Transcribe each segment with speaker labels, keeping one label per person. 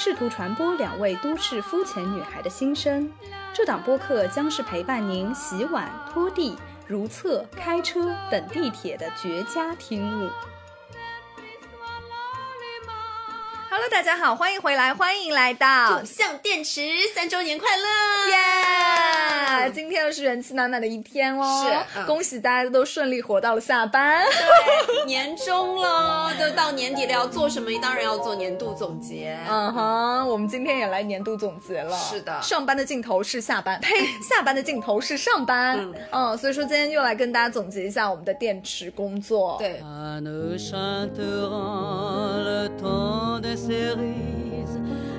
Speaker 1: 试图传播两位都市肤浅女孩的心声。这档播客将是陪伴您洗碗、拖地、如厕、开车、等地铁的绝佳听物。Hello，大家好，欢迎回来，欢迎来到
Speaker 2: 土象电池三周年快乐！
Speaker 1: 耶！啊今天又是元气满满的一天哦，
Speaker 2: 嗯是嗯
Speaker 1: 恭喜大家都顺利活到了下班。
Speaker 2: 对，年终了，都到年底了，要做什么？当然要做年度总结。
Speaker 1: 嗯哼，我们今天也来年度总结了。
Speaker 2: 是的
Speaker 1: 上班的尽头是 下班，呸，下班的尽头是上班。
Speaker 2: 嗯
Speaker 1: 嗯所以说今天又来跟大家总结一下我们的电池工作。，
Speaker 2: 对，
Speaker 3: À nous chanterons le temps des cerises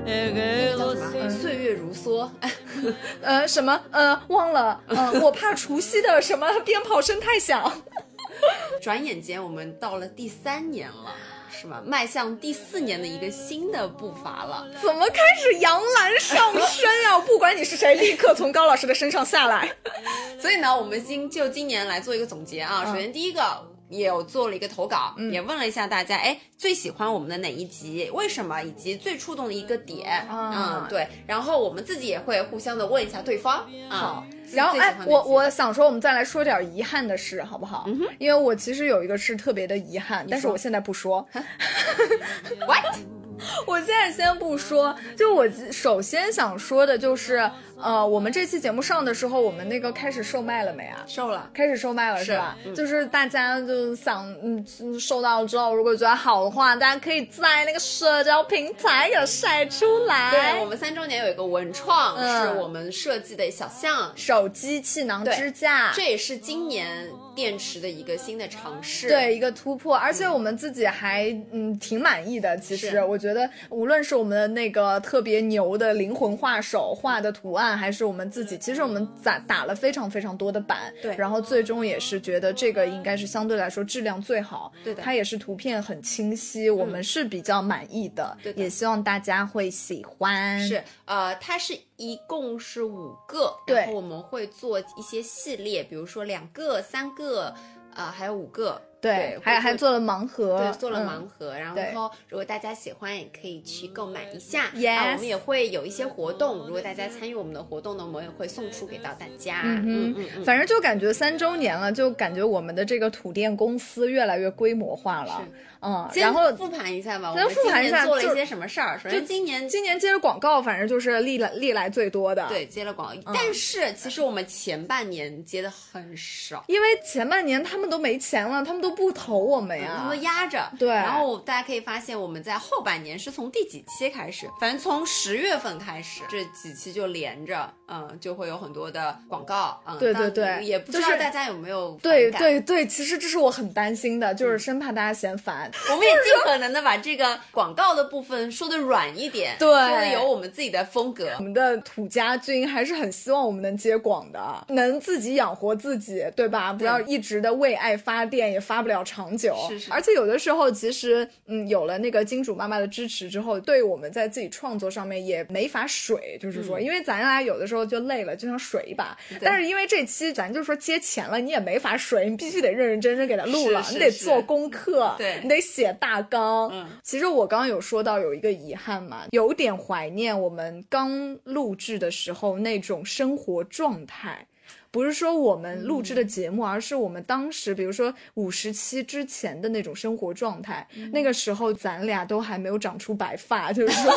Speaker 3: et
Speaker 2: 叫什么？
Speaker 3: guérosines.
Speaker 2: 岁月如梭。
Speaker 1: 呃，什么呃，忘了，呃，我怕除夕的什么鞭炮声太 响。
Speaker 2: 转眼间，我们到了第三年了，是吗？迈向第四年的一个新的步伐了。
Speaker 1: 怎么开始摇篮上升啊？不管你是谁，立刻从高老师的身上下来。
Speaker 2: 所以呢，我们今就今年来做一个总结啊。
Speaker 1: 嗯
Speaker 2: 首先第一个。也有做了一个投稿，也问了一下大家，哎，最喜欢我们的哪一集？为什么？以及最触动的一个点。
Speaker 1: 啊
Speaker 2: 嗯，对。然后我们自己也会互相的问一下对方。啊
Speaker 1: 好，
Speaker 2: 自己
Speaker 1: 然后
Speaker 2: 最喜
Speaker 1: 哎
Speaker 2: 欢，哪嗯
Speaker 1: 我
Speaker 2: 集
Speaker 1: 我想说，我们再来说点遗憾的事，好不好？因为我其实有一个是特别的遗憾，但是我现在不说。
Speaker 2: what？
Speaker 1: 我现在先不说，就我首先想说的就是，呃，我们这期节目上的时候，我们那个开始售卖了没啊？
Speaker 2: 瘦了。
Speaker 1: 开始售卖了
Speaker 2: 是嗯
Speaker 1: 是吧？就是大家就想，嗯，嗯收到之后，如果觉得好的话，大家可以在那个社交平台给晒出
Speaker 2: 对
Speaker 1: 来
Speaker 2: 哎我。们三周年有一个文创，
Speaker 1: 嗯
Speaker 2: 是我们设计的小项，
Speaker 1: 手机气囊
Speaker 2: 对
Speaker 1: 支架，
Speaker 2: 这也是今年电池的一个新的尝试。，
Speaker 1: 对一个突破，而且我们自己还嗯挺满意的。其
Speaker 2: 是
Speaker 1: 实我觉得，无论是我们的那个特别牛的灵魂画手画的图案，还是我们自己，其实我们打打了非常非常多的版，
Speaker 2: 嗯对
Speaker 1: 然后最终也是觉得这个应该是相对来说质量最好，
Speaker 2: 对的
Speaker 1: 它也是图片很清晰，我们是比较满意的，
Speaker 2: 嗯对的
Speaker 1: 也希望大家会喜欢。
Speaker 2: 是呃，它是一共是五个，
Speaker 1: 对
Speaker 2: 然后我们会做一些系列，比如说两个、三个，呃，还有五个，
Speaker 1: 对
Speaker 2: 对，
Speaker 1: 还
Speaker 2: 会
Speaker 1: 还做了盲盒，
Speaker 2: 对，做了
Speaker 1: 嗯
Speaker 2: 盲盒，
Speaker 1: 对
Speaker 2: 然后如果大家喜欢，也可以去购买一下。
Speaker 1: Yes
Speaker 2: 啊，我们也会有一些活动，如果大家参与我们的活动呢，我们也会送出给到大家。
Speaker 1: 嗯
Speaker 2: 嗯嗯，
Speaker 1: 反正就感觉三周年了，就感觉我们的这个土电公司越来越规模化了
Speaker 2: 是。
Speaker 1: 嗯，
Speaker 2: 先
Speaker 1: 然后
Speaker 2: 复盘一下吧，我
Speaker 1: 先
Speaker 2: 们
Speaker 1: 复
Speaker 2: 今
Speaker 1: 盘一
Speaker 2: 年
Speaker 1: 下
Speaker 2: 做了
Speaker 1: 就
Speaker 2: 一些什么事儿。首先，今年
Speaker 1: 今年接着广告，反正就是历来历来最多的。。
Speaker 2: 对接了广
Speaker 1: 嗯
Speaker 2: 告，但是其实我们前半年接的很少。
Speaker 1: 因为前半年他们都没钱了，他们都不投我们
Speaker 2: 他
Speaker 1: 呀
Speaker 2: 们都。嗯压着，
Speaker 1: 啊对
Speaker 2: 然后大家可以发现，我们在后半年是从第几期开始？反正从十月份开始，这几期就连着，嗯，就会有很多的广告，嗯，
Speaker 1: 对对
Speaker 2: 但
Speaker 1: 对
Speaker 2: 也不知
Speaker 1: 就是
Speaker 2: 道大嗯家有没有
Speaker 1: 对
Speaker 2: 反感，
Speaker 1: 对对，其实这是我很担心的，就是生怕大家嫌烦。
Speaker 2: 我们也尽可能的把这个广告的部分说的软一点，
Speaker 1: 对
Speaker 2: 说的有我们自己的风格
Speaker 1: 我，们的土家军还是很希望我们能接广的，能自己养活自己，对吧？不要一直的为爱发电，也发不了长久。
Speaker 2: 是是
Speaker 1: 而且有的时候，其实嗯，有了那个金主妈妈的支持之后，对我们在自己创作上面也没法水，就是
Speaker 2: 嗯
Speaker 1: 说，因为咱俩有的时候就累了，就想水一把。但是因为这期咱就说接钱了，你也没法水，你必须得认认真真给他录了，
Speaker 2: 是是
Speaker 1: 你得
Speaker 2: 是
Speaker 1: 做功课，
Speaker 2: 对
Speaker 1: 你得写大纲。
Speaker 2: 嗯
Speaker 1: 其实我刚刚有说到有一个遗憾嘛，有点怀念我们刚录制的时候那种生活状态。不是说我们录制的
Speaker 2: 嗯
Speaker 1: 节目，而是我们当时，比如说五十期之前的那种生活状态。
Speaker 2: 嗯
Speaker 1: 那个时候咱俩都还没有长出白发，就是 说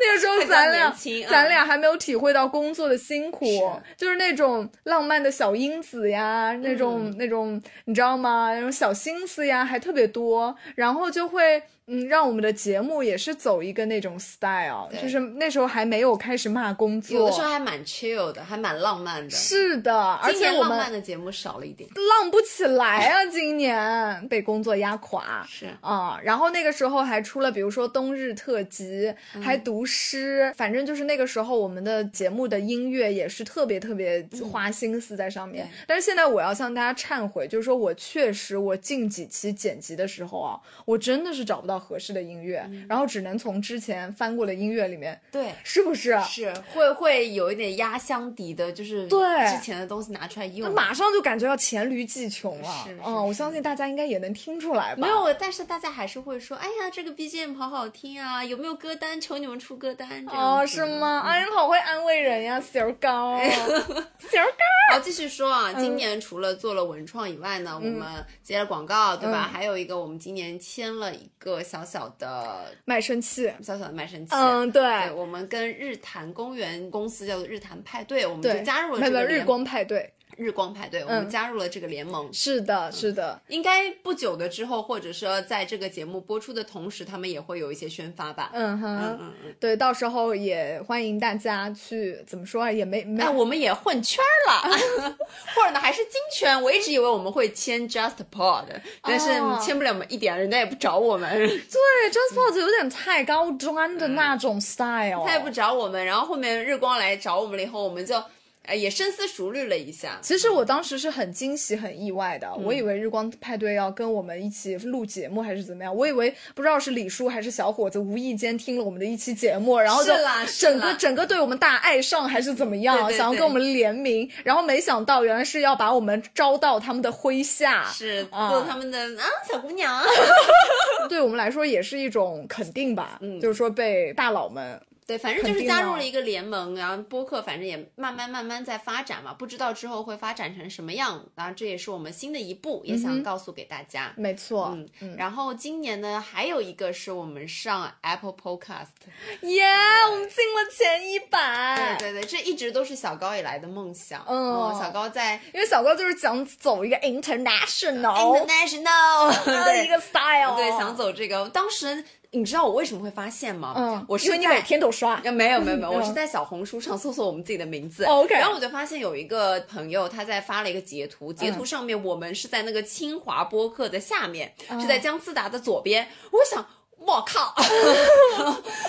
Speaker 1: 那个时候咱
Speaker 2: 还比较
Speaker 1: 俩
Speaker 2: 年轻嗯
Speaker 1: 咱俩还没有体会到工作的辛苦，
Speaker 2: 是
Speaker 1: 就是那种浪漫的小英子呀，
Speaker 2: 嗯
Speaker 1: 那种、那种你知道吗？那种小心思呀，还特别多，然后就会嗯，让我们的节目也是走一个那种 style，
Speaker 2: 对
Speaker 1: 就是那时候还没有开始骂工作，
Speaker 2: 有的时候还蛮 chill 的，还蛮浪漫的。
Speaker 1: 是的，而
Speaker 2: 今
Speaker 1: 且
Speaker 2: 年
Speaker 1: 我
Speaker 2: 浪
Speaker 1: 们
Speaker 2: 漫的节目少了一点，
Speaker 1: 浪不起来啊，今年被工作压垮。
Speaker 2: 是
Speaker 1: 啊、然后那个时候还出了，比如说冬日特辑，还
Speaker 2: 嗯
Speaker 1: 读诗，反正就是那个时候我们的节目的音乐也是特别特别
Speaker 2: 嗯
Speaker 1: 花心思在上面。但是现在我要向大家忏悔，就是说我确实我近几期剪辑的时候啊，我真的是找不到合适的音乐，
Speaker 2: 嗯
Speaker 1: 然后只能从之前翻过的音乐里面，
Speaker 2: 对。
Speaker 1: 是不是？
Speaker 2: 是会会有一点压箱底的，就是
Speaker 1: 对
Speaker 2: 之前的东西拿出来
Speaker 1: 那
Speaker 2: 用。
Speaker 1: 马上就感觉要黔驴技穷了
Speaker 2: 是是，
Speaker 1: 嗯，我
Speaker 2: 是
Speaker 1: 相信大家应该也能听出来吧？
Speaker 2: 没有，但是大家还是会说，哎呀，这个 BGM 好好听啊，有没有歌单？求你们出歌单。这样
Speaker 1: 哦，
Speaker 2: 子
Speaker 1: 是？吗？
Speaker 2: 嗯
Speaker 1: 哎，你好会安慰人呀，小 高，小高。
Speaker 2: 好，继续说啊，
Speaker 1: 嗯
Speaker 2: 今年除了做了文创以外呢，我们接了广告，对
Speaker 1: 嗯
Speaker 2: 吧？还有一个，我们今年签了一个小小的、
Speaker 1: 卖身契。
Speaker 2: 小小的卖身契。
Speaker 1: 嗯，对，
Speaker 2: 对，我们跟日坛公园公司叫做日坛派对，我们
Speaker 1: 对，
Speaker 2: 就加入了
Speaker 1: 没
Speaker 2: 这
Speaker 1: 有
Speaker 2: 个
Speaker 1: 没有日
Speaker 2: 联
Speaker 1: 光嗯派对，
Speaker 2: 日光派对，我们加入了这个联盟。
Speaker 1: 是
Speaker 2: 嗯
Speaker 1: 的，是的，
Speaker 2: 应该不久的之后，或者说在这个节目播出的同时，他们也会有一些宣发吧。
Speaker 1: 嗯
Speaker 2: 嗯
Speaker 1: 哼，
Speaker 2: 嗯嗯。
Speaker 1: 对，到时候也欢迎大家去，怎么说啊，也没没
Speaker 2: 哎，
Speaker 1: 有。
Speaker 2: 我们也混圈儿了， 或者呢还是金圈。我一直以为我们会签 Just Pod，但是
Speaker 1: 哦
Speaker 2: 签不了一点，人家也不找我 们，
Speaker 1: 对，Just Pause 有点太高端的那种 style，啊
Speaker 2: 他也嗯不找我们。然后后面日光来找我们了以后，我们就呃也深思熟虑了一下。
Speaker 1: 其实我当时是很惊喜、很意外的，
Speaker 2: 嗯
Speaker 1: 我以为日光派对要跟我们一起录节目还是怎么样，我以为不知道是李叔还是小伙子无意间听了我们的一期节目，然后就是
Speaker 2: 啦是
Speaker 1: 整个
Speaker 2: 啦
Speaker 1: 整个对我们大爱上还是怎么样，
Speaker 2: 对对
Speaker 1: 想要跟
Speaker 2: 对
Speaker 1: 我们联名，然后没想到原来是要把我们招到他们的麾下，
Speaker 2: 是
Speaker 1: 啊
Speaker 2: 做他们的啊小姑娘，
Speaker 1: 对我们来说也是一种肯定吧，
Speaker 2: 嗯
Speaker 1: 就是说被大佬们
Speaker 2: 对，反正就
Speaker 1: 肯
Speaker 2: 是
Speaker 1: 定
Speaker 2: 加
Speaker 1: 啊
Speaker 2: 入了一个联盟，然后播客反正也慢慢慢慢在发展嘛，不知道之后会发展成什么样，然后这也是我们新的一步，也
Speaker 1: 嗯
Speaker 2: 想告诉给大家。
Speaker 1: 没错，
Speaker 2: 嗯，然后今年呢，还有一个是我们上 Apple Podcast，
Speaker 1: 耶、我们进了前一百，
Speaker 2: 对对对，这一直都是小高以来的梦想。哦
Speaker 1: 嗯
Speaker 2: 小高在
Speaker 1: 因为小高就是想走一个
Speaker 2: 哎
Speaker 1: international。
Speaker 2: international
Speaker 1: 的
Speaker 2: 对
Speaker 1: 一个 style，
Speaker 2: 对，想走这个。当时你知道我为什么会发现吗？
Speaker 1: 嗯，
Speaker 2: 我
Speaker 1: 因为
Speaker 2: 是
Speaker 1: 你每
Speaker 2: 在。
Speaker 1: 天都刷，
Speaker 2: 啊，没有没有没有，
Speaker 1: 嗯
Speaker 2: 我是在小红书上搜索我们自己的名字。
Speaker 1: 哦 OK
Speaker 2: 然后我就发现有一个朋友他在发了一个截图，截
Speaker 1: 嗯
Speaker 2: 图上面我们是在那个清华播客的下面，是
Speaker 1: 嗯
Speaker 2: 在姜思达的左边。我想。我 靠！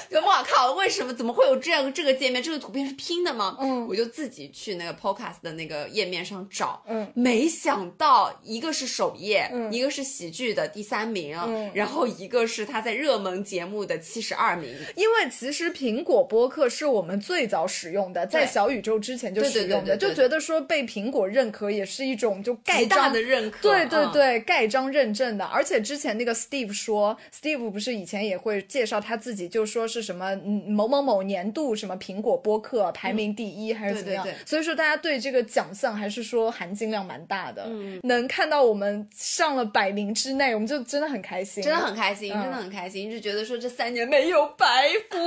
Speaker 2: 就我靠！为什么怎么会有这样这个界面？这个图片是拼的吗？
Speaker 1: 嗯
Speaker 2: 我就自己去那个 Podcast 的那个页面上找，
Speaker 1: 嗯，
Speaker 2: 没想到一个是首页，
Speaker 1: 嗯
Speaker 2: 一个是喜剧的第三名，
Speaker 1: 嗯
Speaker 2: 然后一个是他在热门节目的七十二名，
Speaker 1: 因为其实苹果播客是我们最早使用的，在小宇宙之前就使用
Speaker 2: 对
Speaker 1: 的，
Speaker 2: 对对对对
Speaker 1: 就觉得说被苹果认可也是一种就盖
Speaker 2: 极大
Speaker 1: 章
Speaker 2: 的。认可，
Speaker 1: 对对
Speaker 2: 嗯。
Speaker 1: 对，盖章认证的，而且之前那个 Steve 说，Steve 不是以前也会介绍他自己，就说是什么嗯某某某年度什么苹果播客排名第一还是怎么样，
Speaker 2: 嗯对对对
Speaker 1: 所以说大家对这个奖项还是说含金量蛮大的，嗯、能看到我们上了百名之内，我们就真的很开心，
Speaker 2: 真的很开心，
Speaker 1: 嗯
Speaker 2: 真的很开心，就觉得说这三年没有白付。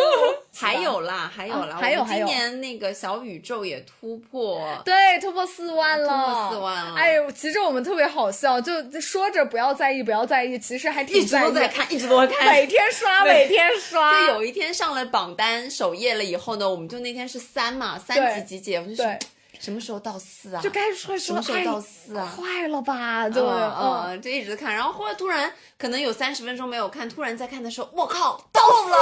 Speaker 2: 还有啦，还有啦，
Speaker 1: 啊还有
Speaker 2: 我们
Speaker 1: 还
Speaker 2: 今
Speaker 1: 有
Speaker 2: 年那个小宇宙也突破，
Speaker 1: 对，突破四万了，
Speaker 2: 突破四万了
Speaker 1: 哎呦，其实我们特别好笑，就说着不要在意，不要在意，其实还
Speaker 2: 一
Speaker 1: 挺
Speaker 2: 直都
Speaker 1: 意
Speaker 2: 在
Speaker 1: 的，
Speaker 2: 看，一直都在看。
Speaker 1: 每天刷，
Speaker 2: 对
Speaker 1: 每天刷。
Speaker 2: 就有一天上了榜单首页了以后呢，我们就那天是三嘛，三
Speaker 1: 对
Speaker 2: 级集结，我们就
Speaker 1: 对
Speaker 2: 说什么时候到四啊？
Speaker 1: 就该说说，
Speaker 2: 什么时候
Speaker 1: 哎
Speaker 2: 到四啊
Speaker 1: 快了吧，对，
Speaker 2: 嗯
Speaker 1: 嗯，
Speaker 2: 嗯，就一直看，然后或者突然可能有三十分钟没有看，突然在看的时候，我靠，到死了，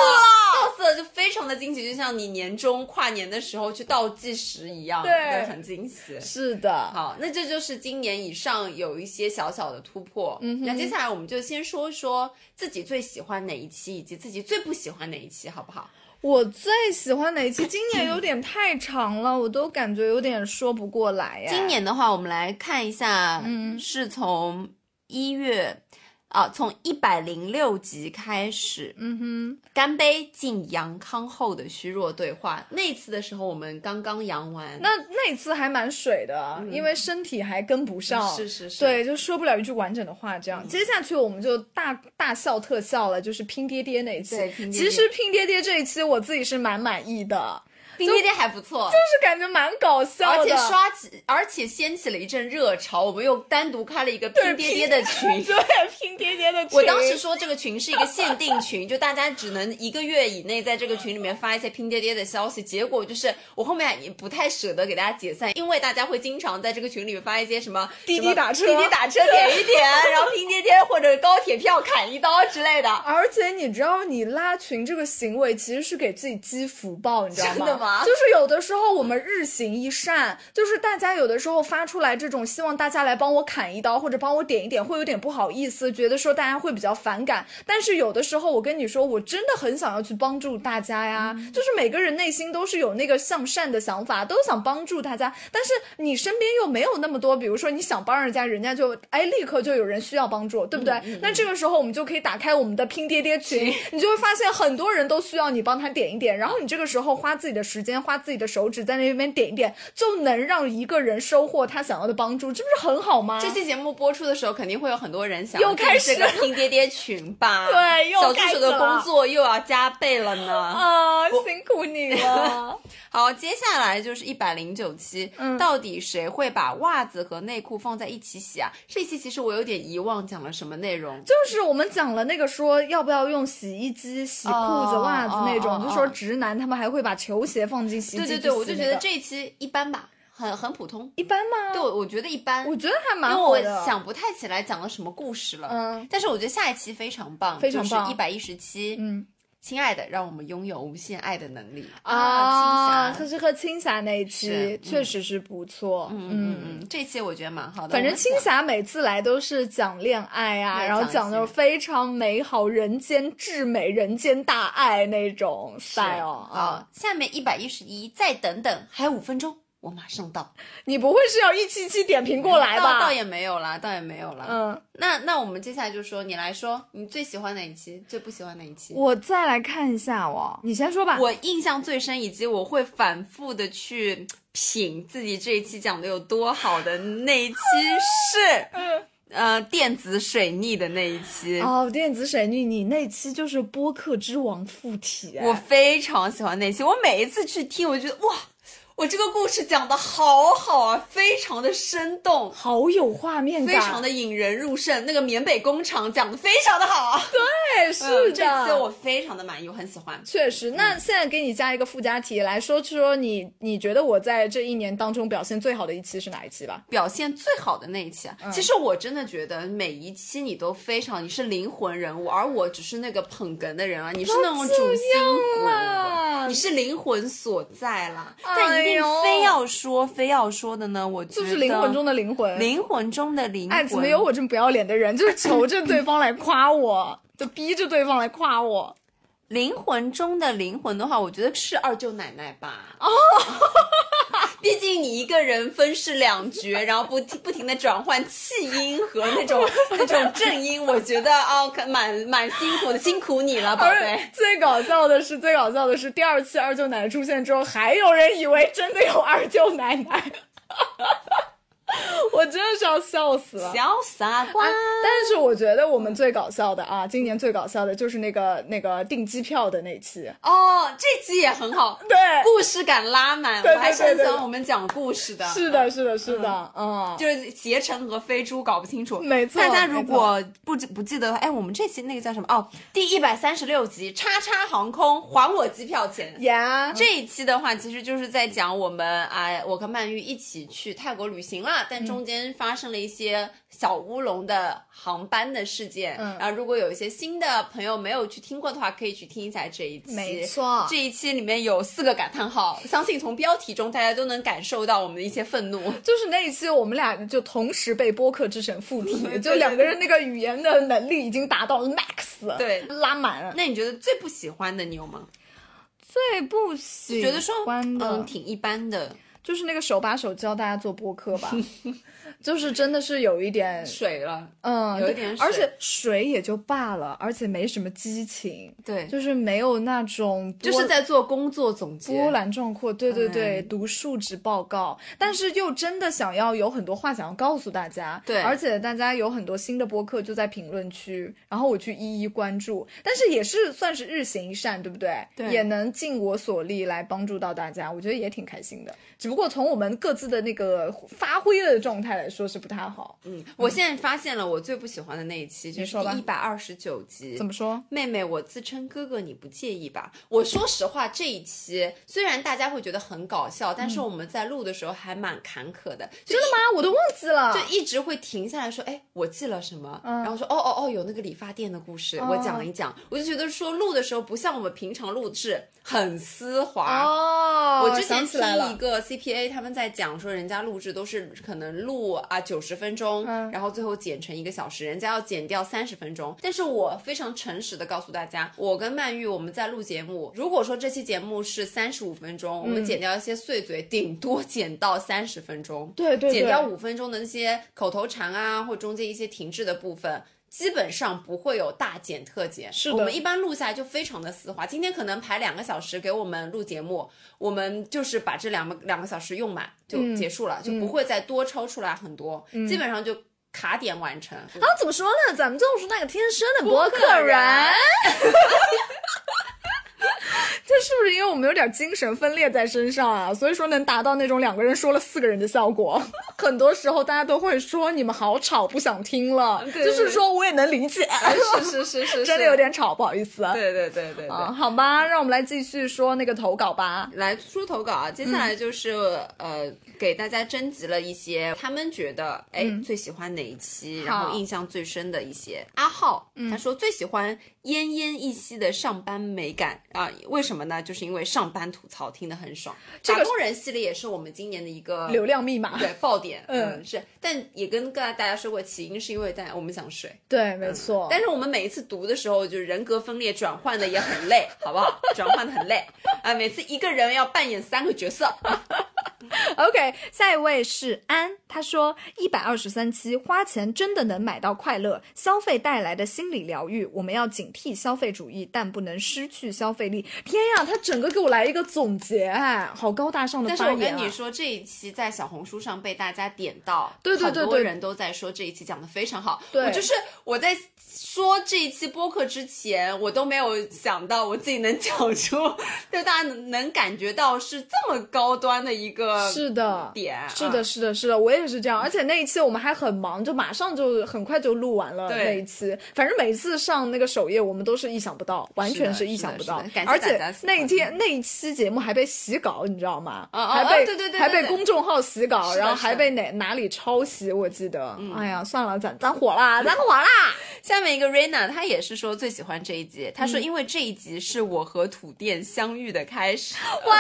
Speaker 2: 到死了，就非常的惊喜，就像你年终跨年的时候去倒计时一样，
Speaker 1: 对
Speaker 2: 很惊喜。
Speaker 1: 是的，
Speaker 2: 好，那这就是今年以上有一些小小的突破。嗯，那接下来我们就先说说自己最喜欢哪一期，以及自己最不喜欢哪一期，好不好？
Speaker 1: 我最喜欢哪一期？今年有点太长了，我都感觉有点说不过来呀。
Speaker 2: 今年的话，我们来看一下，嗯，是从一月啊，从一百零六集开始，
Speaker 1: 嗯
Speaker 2: 干杯敬杨康后的虚弱对话。那次的时候，我们刚刚阳完，
Speaker 1: 哼，那那次还蛮水的，因为身体还跟不上，
Speaker 2: 嗯是是嗯是，
Speaker 1: 对，就说不了一句完整的话，这样。接下去我们就大大笑特笑了，就是拼爹爹那一期。
Speaker 2: 对拼爹爹
Speaker 1: 其实拼爹爹这一期我自己是蛮满意的。
Speaker 2: 丁丁还不错，
Speaker 1: 就是感觉蛮搞笑的，
Speaker 2: 而且刷起，而且掀起了一阵热潮。我们又单独开了一个拼爹爹的群。
Speaker 1: 对拼爹爹的群。
Speaker 2: 我当时说这个群是一个限定群，就大家只能一个月以内在这个群里面发一些拼爹爹的消息。结果就是我后面也不太舍得给大家解散，因为大家会经常在这个群里面发一些什么
Speaker 1: 滴滴打车
Speaker 2: 什么滴滴打车点一点，然后拼爹爹或者高铁票砍一刀之类的。
Speaker 1: 而且你知道，你拉群这个行为其实是给自己积福报，你知道吗？
Speaker 2: 真的吗
Speaker 1: 就是有的时候我们日行一善，就是大家有的时候发出来这种希望大家来帮我砍一刀或者帮我点一点，会有点不好意思，觉得说大家会比较反感。但是有的时候我跟你说，我真的很想要去帮助大家呀，
Speaker 2: 嗯
Speaker 1: 就是每个人内心都是有那个向善的想法，都想帮助大家。但是 你身边又没有那么多，比如说你想帮人家，人家就哎立刻就有人需要帮助，对不
Speaker 2: 嗯
Speaker 1: 对？那这个时候我们就可以打开我们的拼爹爹群，你就会发现很多人都需要你帮他点一点，然后你这个时候花自己的时间，花自己的手指在那边点一点，就能让一个人收获他想要的帮助，这不是很好吗？
Speaker 2: 这期节目播出的时候，肯定会有很多人想
Speaker 1: 又
Speaker 2: 要进
Speaker 1: 开始
Speaker 2: 这个拼爹爹群吧？
Speaker 1: 对又
Speaker 2: 小助
Speaker 1: 开
Speaker 2: 手
Speaker 1: 始
Speaker 2: 的工
Speaker 1: 了
Speaker 2: 作又要加倍了 呢。
Speaker 1: 啊，辛苦你 了。
Speaker 2: 好，接下来就是一百零九期，
Speaker 1: 嗯
Speaker 2: 到底谁会把袜子和内裤放在一起洗啊？这期其实我有点遗忘讲了什么内容。
Speaker 1: 就是我们讲了那个说要不要用洗衣机洗裤子、
Speaker 2: 哦
Speaker 1: 袜子那种，
Speaker 2: 哦哦
Speaker 1: 就说直男他们还会把球鞋放进洗衣
Speaker 2: 对
Speaker 1: 机
Speaker 2: 对
Speaker 1: 去洗那个。
Speaker 2: 对，我就觉得这一期一般吧，很很普通。
Speaker 1: 一般吗？
Speaker 2: 对，我我觉得一般，
Speaker 1: 我
Speaker 2: 因
Speaker 1: 觉得还蛮
Speaker 2: 为
Speaker 1: 好
Speaker 2: 我
Speaker 1: 的。
Speaker 2: 想不太起来讲了什么故事了。
Speaker 1: 嗯
Speaker 2: 但是我觉得下一期非常棒，
Speaker 1: 非常棒
Speaker 2: 一百一十七。
Speaker 1: 嗯
Speaker 2: 亲爱的，让我们拥有无限爱的能力
Speaker 1: 啊，
Speaker 2: 青
Speaker 1: 可
Speaker 2: 霞
Speaker 1: 是和青霞那一期
Speaker 2: 是
Speaker 1: 确实是不错，
Speaker 2: 嗯嗯嗯，这期我觉得蛮好的。
Speaker 1: 反
Speaker 2: 我
Speaker 1: 正
Speaker 2: 们
Speaker 1: 青
Speaker 2: 想
Speaker 1: 霞每次来都是讲恋爱啊，
Speaker 2: 对
Speaker 1: 然后
Speaker 2: 讲
Speaker 1: 讲
Speaker 2: 一
Speaker 1: 那种
Speaker 2: 些
Speaker 1: 非常美好、人间至美、人间大爱那种 style 啊
Speaker 2: 好。，哦下面一百一十一，再等等，还有五分钟，我马上到。
Speaker 1: 你不会是要一期期点评过来
Speaker 2: 嗯倒
Speaker 1: 吧
Speaker 2: 倒？也没有啦，倒也没有啦。
Speaker 1: 嗯，
Speaker 2: 那那我们接下来就说，你来说，你最喜欢哪一期，最不喜欢哪一期？
Speaker 1: 我再来看一下哦，你先说吧。
Speaker 2: 我印象最深，以及我会反复的去品自己这一期讲的有多好的那一期 是，呃，电子水逆的那一期。
Speaker 1: 嗯哦，电子水逆，你那期就是播客之王附体、哎
Speaker 2: 我非常喜欢那期，我每一次去听，我就觉得哇，我这个故事讲的好好啊，非常的生动，
Speaker 1: 好有画面
Speaker 2: 非
Speaker 1: 感，
Speaker 2: 常的引人入胜。那个棉被工厂讲的非常的好，
Speaker 1: 对，哎是的。
Speaker 2: 嗯这期我非常的满意，我很喜欢。
Speaker 1: 确实，
Speaker 2: 嗯
Speaker 1: 那现在给你加一个附加题来说，说你你觉得我在这一年当中表现最好的一期是哪一期吧？
Speaker 2: 表现最好的那一期啊，
Speaker 1: 嗯
Speaker 2: 其实我真的觉得每一期你都非常，你是灵魂人物，而我只是那个捧哏的人啊，你是那种主心
Speaker 1: 啦啊
Speaker 2: 骨，你是灵魂所在啦。但一
Speaker 1: 哦哎
Speaker 2: 定
Speaker 1: 呦
Speaker 2: 非要说非要说的呢，我觉
Speaker 1: 就
Speaker 2: 得
Speaker 1: 是灵魂中的灵魂。
Speaker 2: 灵魂中的灵魂，
Speaker 1: 哎，怎么有我这么不要脸的人？ 就是求着对方来夸我，就逼着对方来夸我。
Speaker 2: 灵魂中的灵魂的话，我觉得是二舅奶奶吧。哦， 毕竟你一个人分饰两角，然后不停不停的转换气音和那 种那种正音，我觉得哦，可蛮蛮辛苦的，辛苦你了，宝
Speaker 1: 而
Speaker 2: 贝。
Speaker 1: 最搞笑的是，最搞笑的是，第二期二舅奶奶出现之后，还有人以为真的有二舅奶奶， 我真的是要笑死了。
Speaker 2: 小傻瓜，
Speaker 1: 啊但是我觉得我们最搞笑的啊，今年最搞笑的就是那个那个订机票的那期，
Speaker 2: 哦，这期也很好，
Speaker 1: 对
Speaker 2: 故事感拉满，
Speaker 1: 对对
Speaker 2: 我还是很喜
Speaker 1: 对对
Speaker 2: 欢我们讲故事的，
Speaker 1: 是的，是的，是的，嗯，
Speaker 2: 就是携程和飞猪搞不清楚，
Speaker 1: 没错
Speaker 2: 大家如果不记不记得的话，哎，我们这期那个叫什么？哦，第一百三十六集，叉叉航空还我机票钱。
Speaker 1: 呀，
Speaker 2: 这一期的话，其实就是在讲我们哎，我跟曼玉一起去泰国旅行啦，
Speaker 1: 嗯
Speaker 2: 但中间发生了一些小乌龙的航班的事件。
Speaker 1: 嗯
Speaker 2: 然后如果有一些新的朋友没有去听过的话，可以去听一下这一期。
Speaker 1: 没错
Speaker 2: 这一期里面有四个感叹号，相信从标题中大家都能感受到我们的一些愤怒。
Speaker 1: 就是那一期我们俩就同时被播客之神附 体，就两个人那个语言的能力已经达到了 max，
Speaker 2: 对
Speaker 1: 拉满。
Speaker 2: 那你觉得最不喜欢的你有吗？
Speaker 1: 最不喜
Speaker 2: 觉得说嗯
Speaker 1: 欢的
Speaker 2: 嗯挺一般的，
Speaker 1: 就是那个手把手教大家做播客 吧，就是真的是有一点，
Speaker 2: 水了，
Speaker 1: 嗯，
Speaker 2: 有一点水
Speaker 1: 而且水也就罢了，而且没什么激情，
Speaker 2: 对，
Speaker 1: 就是没有那种波
Speaker 2: 就是在做工作总结。
Speaker 1: 波澜壮阔，对对对，
Speaker 2: 哎
Speaker 1: 读述职报告，但是又真的想要有很多话想要告诉大家，
Speaker 2: 对
Speaker 1: 而且大家有很多新的播客就在评论区，然后我去一一关注，但是也是算是日行一善，对不对？
Speaker 2: 对
Speaker 1: 也能尽我所力来帮助到大家，我觉得也挺开心的。只不过从我们各自的那个发挥的状态来说是不太好，
Speaker 2: 嗯，我现在发现了我最不喜欢的那一期，就
Speaker 1: 你
Speaker 2: 是
Speaker 1: 说吧
Speaker 2: 第一百二十九集。
Speaker 1: 怎么说？
Speaker 2: 妹妹，我自称哥哥，你不介意吧？我说实话，这一期虽然大家会觉得很搞笑，但
Speaker 1: 嗯
Speaker 2: 是我们在录的时候还蛮坎坷的。就
Speaker 1: 真的吗？我都忘记了。
Speaker 2: 就一直会停下来说，哎，我记了什么？
Speaker 1: 啊嗯
Speaker 2: 然后说，哦哦哦，有那个理发店的故事，
Speaker 1: 哦
Speaker 2: 我讲一讲。我就觉得说录的时候不像我们平常录制很丝滑。
Speaker 1: 哦，
Speaker 2: 我之前
Speaker 1: 想起
Speaker 2: 听
Speaker 1: 来
Speaker 2: 一
Speaker 1: 了，
Speaker 2: 个 CPA 他们在讲说，人家录制都是可能录啊九十分钟，
Speaker 1: 嗯
Speaker 2: 然后最后剪成一个小时，人家要剪掉三十分钟。但是我非常诚实的告诉大家，我跟曼玉我们在录节目，如果说这期节目是三十五分钟，我
Speaker 1: 嗯
Speaker 2: 们剪掉一些碎嘴，顶多剪到三十分钟。
Speaker 1: 对对对，
Speaker 2: 减掉五分钟的那些口头禅啊，或中间一些停滞的部分。基本上不会有大剪特剪，
Speaker 1: 是的
Speaker 2: 我们一般录下来就非常的丝滑。今天可能排两个小时给我们录节目，我们就是把这两个两个小时用满就
Speaker 1: 嗯
Speaker 2: 结束了，就不会再多抽出来很多，基本上就卡点完成。
Speaker 1: 啊，怎么说呢？咱们就是那个天生的博客
Speaker 2: 客
Speaker 1: 人
Speaker 2: 人。
Speaker 1: 这是不是因为我们有点精神分裂在身上啊？所以说能达到那种两个人说了四个人的效果。很多时候大家都会说你们好吵，不想听了。
Speaker 2: 对
Speaker 1: 就是说我也能理解，
Speaker 2: 是是是是
Speaker 1: 真的有。点吵，不好意思。
Speaker 2: 对对对对对。
Speaker 1: 啊，好吧，让我们来继续说那个投稿吧。
Speaker 2: 来说投稿啊，接下
Speaker 1: 嗯
Speaker 2: 来就是、呃，给大家征集了一些他们觉得哎、最喜欢哪一期，然
Speaker 1: 嗯好嗯
Speaker 2: 后印象最深的一些。阿浩、他说最喜欢奄奄一息的上班美感啊、为什么呢？就是因为上班吐槽听得很爽。
Speaker 1: 这个
Speaker 2: 打工人系列也是我们今年的一个
Speaker 1: 流量密码，
Speaker 2: 对爆点，
Speaker 1: 嗯
Speaker 2: 嗯是，但也跟刚才大家说过，起因是因为在我们想睡。
Speaker 1: 对，没错。
Speaker 2: 但是我们每一次读的时候，就是人格分裂转换的也很 累，好不好？转换的很累啊、每次一个人要扮演三个角色。
Speaker 1: OK，下一位是安，他说一百二十三期花钱真的能买到快乐，消费带来的心理疗愈，我们要警惕消费主义，但不能失去消费力。天呀，他整个给我来一个总结，哎，好高大上的
Speaker 2: 但是
Speaker 1: 发
Speaker 2: 我
Speaker 1: 言、
Speaker 2: 跟
Speaker 1: 啊。
Speaker 2: 你说，这一期在小红书上被大家点到，
Speaker 1: 对对对
Speaker 2: 很多
Speaker 1: 对
Speaker 2: 人都在说这一期讲的非常好。
Speaker 1: 对
Speaker 2: 我就是我在说这一期播客之前，我都没有想到我自己能讲出，就大家能能感觉到是这么高端的一个
Speaker 1: 是的，
Speaker 2: 点，啊
Speaker 1: 是的，是的，是的，我也是这样。而且那一期我们还很忙，就马上就很快就录完了
Speaker 2: 对
Speaker 1: 那一期。反正每次上那个首页，我们都是意想不到，完全
Speaker 2: 是的
Speaker 1: 意
Speaker 2: 是的
Speaker 1: 想不到
Speaker 2: 是的。感谢
Speaker 1: 而
Speaker 2: 大家
Speaker 1: 且
Speaker 2: 喜
Speaker 1: 那
Speaker 2: 欢
Speaker 1: 一天那一期节目还被洗稿，你知道吗？
Speaker 2: 哦哦
Speaker 1: 还被
Speaker 2: 哦对对对
Speaker 1: 还被
Speaker 2: 对对
Speaker 1: 公众号洗稿，
Speaker 2: 是的
Speaker 1: 然后
Speaker 2: 是
Speaker 1: 还
Speaker 2: 的嗯
Speaker 1: 被哪哪里抄袭，我记得。哎呀，算了，咱咱火啦，咱火 啦。
Speaker 2: 下面一个 Rena，她也是说最喜欢这一集。她
Speaker 1: 嗯
Speaker 2: 说，因为这一集是我和土店相遇的开始。
Speaker 1: 哇，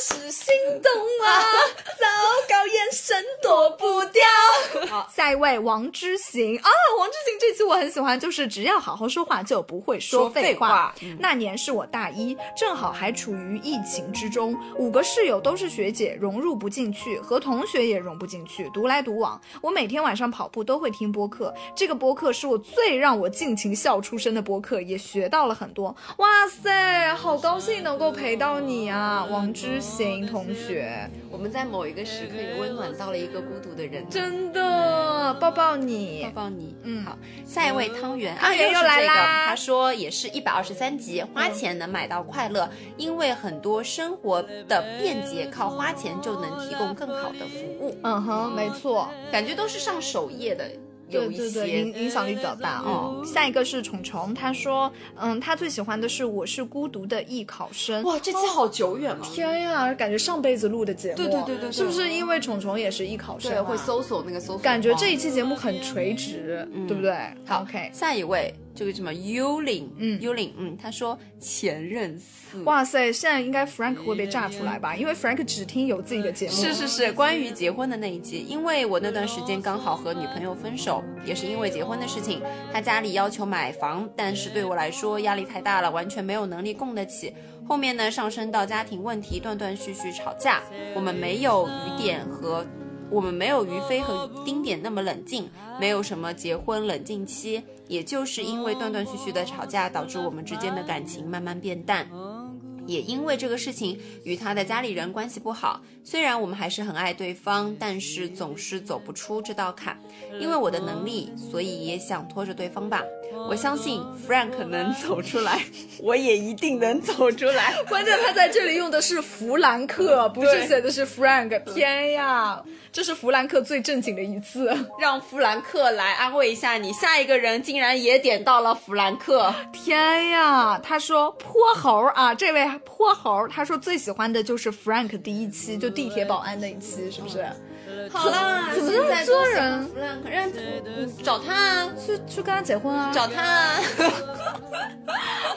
Speaker 1: 是心动啊！ 糟糕，眼神躲不掉。
Speaker 2: 好
Speaker 1: 下一位王之行啊，王之行这期我很喜欢，就是只要好好说话就不会说废
Speaker 2: 说废话
Speaker 1: 那年是我大一，正好还处于疫情之中，五个室友都是学姐，融入不进去，和同学也融不进去，独来独往。我每天晚上跑步都会听播客，这个播客是我最让我尽情笑出声的播客，也学到了很多。哇塞，好高兴能够陪到你啊，王之行同学，
Speaker 2: 我们在某一个时刻也温暖到了一个孤独的人。
Speaker 1: 真的抱抱你
Speaker 2: 抱。抱你，
Speaker 1: 嗯
Speaker 2: 好，下一位汤圆，
Speaker 1: 汤圆
Speaker 2: 啊
Speaker 1: 又来
Speaker 2: 是这个
Speaker 1: 啦
Speaker 2: 他说也是一百二十三集，花钱能买到快乐，因为很多生活的便捷靠花钱就能提供更好的服务，
Speaker 1: 嗯哼，没错，
Speaker 2: 感觉都是上首页的，有
Speaker 1: 对
Speaker 2: 一
Speaker 1: 对
Speaker 2: 些嗯
Speaker 1: 对，影影响力比较大哦。下一个是虫虫，他说，嗯，他最喜欢的是《我是孤独的艺考生》。
Speaker 2: 哇，这期好久远啊！
Speaker 1: 天呀，感觉上辈子录的节目，啊
Speaker 2: 对对对对对
Speaker 1: 是不是因为虫虫也是艺考生、
Speaker 2: 对，
Speaker 1: 啊，
Speaker 2: 会，搜嗯索那个搜索，
Speaker 1: 感觉这一期节目很垂直，对不对？好，OK。
Speaker 2: 下一位这个什么幽灵，
Speaker 1: 嗯
Speaker 2: 幽灵，嗯，他说前任四，，
Speaker 1: 哇塞，现在应该 Frank 会被炸出来吧？因为 Frank 只听有自己的节目，
Speaker 2: 是是是，关于结婚的那一集，因为我那段时间刚好和女朋友分手，也是因为结婚的事情，她家里要求买房，但是对我来说压力太大了，完全没有能力供得起。后面呢上升到家庭问题，断断续续吵架。我们没有雨点和我们没有于飞和丁点那么冷静，没有什么结婚冷静期。也就是因为断断续续的吵架，导致我们之间的感情慢慢变淡。也因为这个事情与他的家里人关系不好，虽然我们还是很爱对方，但是总是走不出这道坎。因为我的能力，所以也想拖着对方吧。我相信 Frank 能走出来，我也一定能走出 来。
Speaker 1: 关键他在这里用的是弗兰克，不是写的是 Frank。天呀，这是弗兰克最正经的一次。
Speaker 2: 让弗兰克来安慰一下你。下一个人竟然也点到了弗兰克，
Speaker 1: 天呀，他说泼猴啊，这位泼猴，他说最喜欢的就是 Frank 第一期，就地铁保安那一期，是不是？
Speaker 2: 好啦，
Speaker 1: 怎么
Speaker 2: 现
Speaker 1: 这么
Speaker 2: 在都
Speaker 1: 做
Speaker 2: 喜欢
Speaker 1: 人
Speaker 2: 弗兰克，让嗯找他啊，
Speaker 1: 去去跟他结婚啊！
Speaker 2: 找他啊。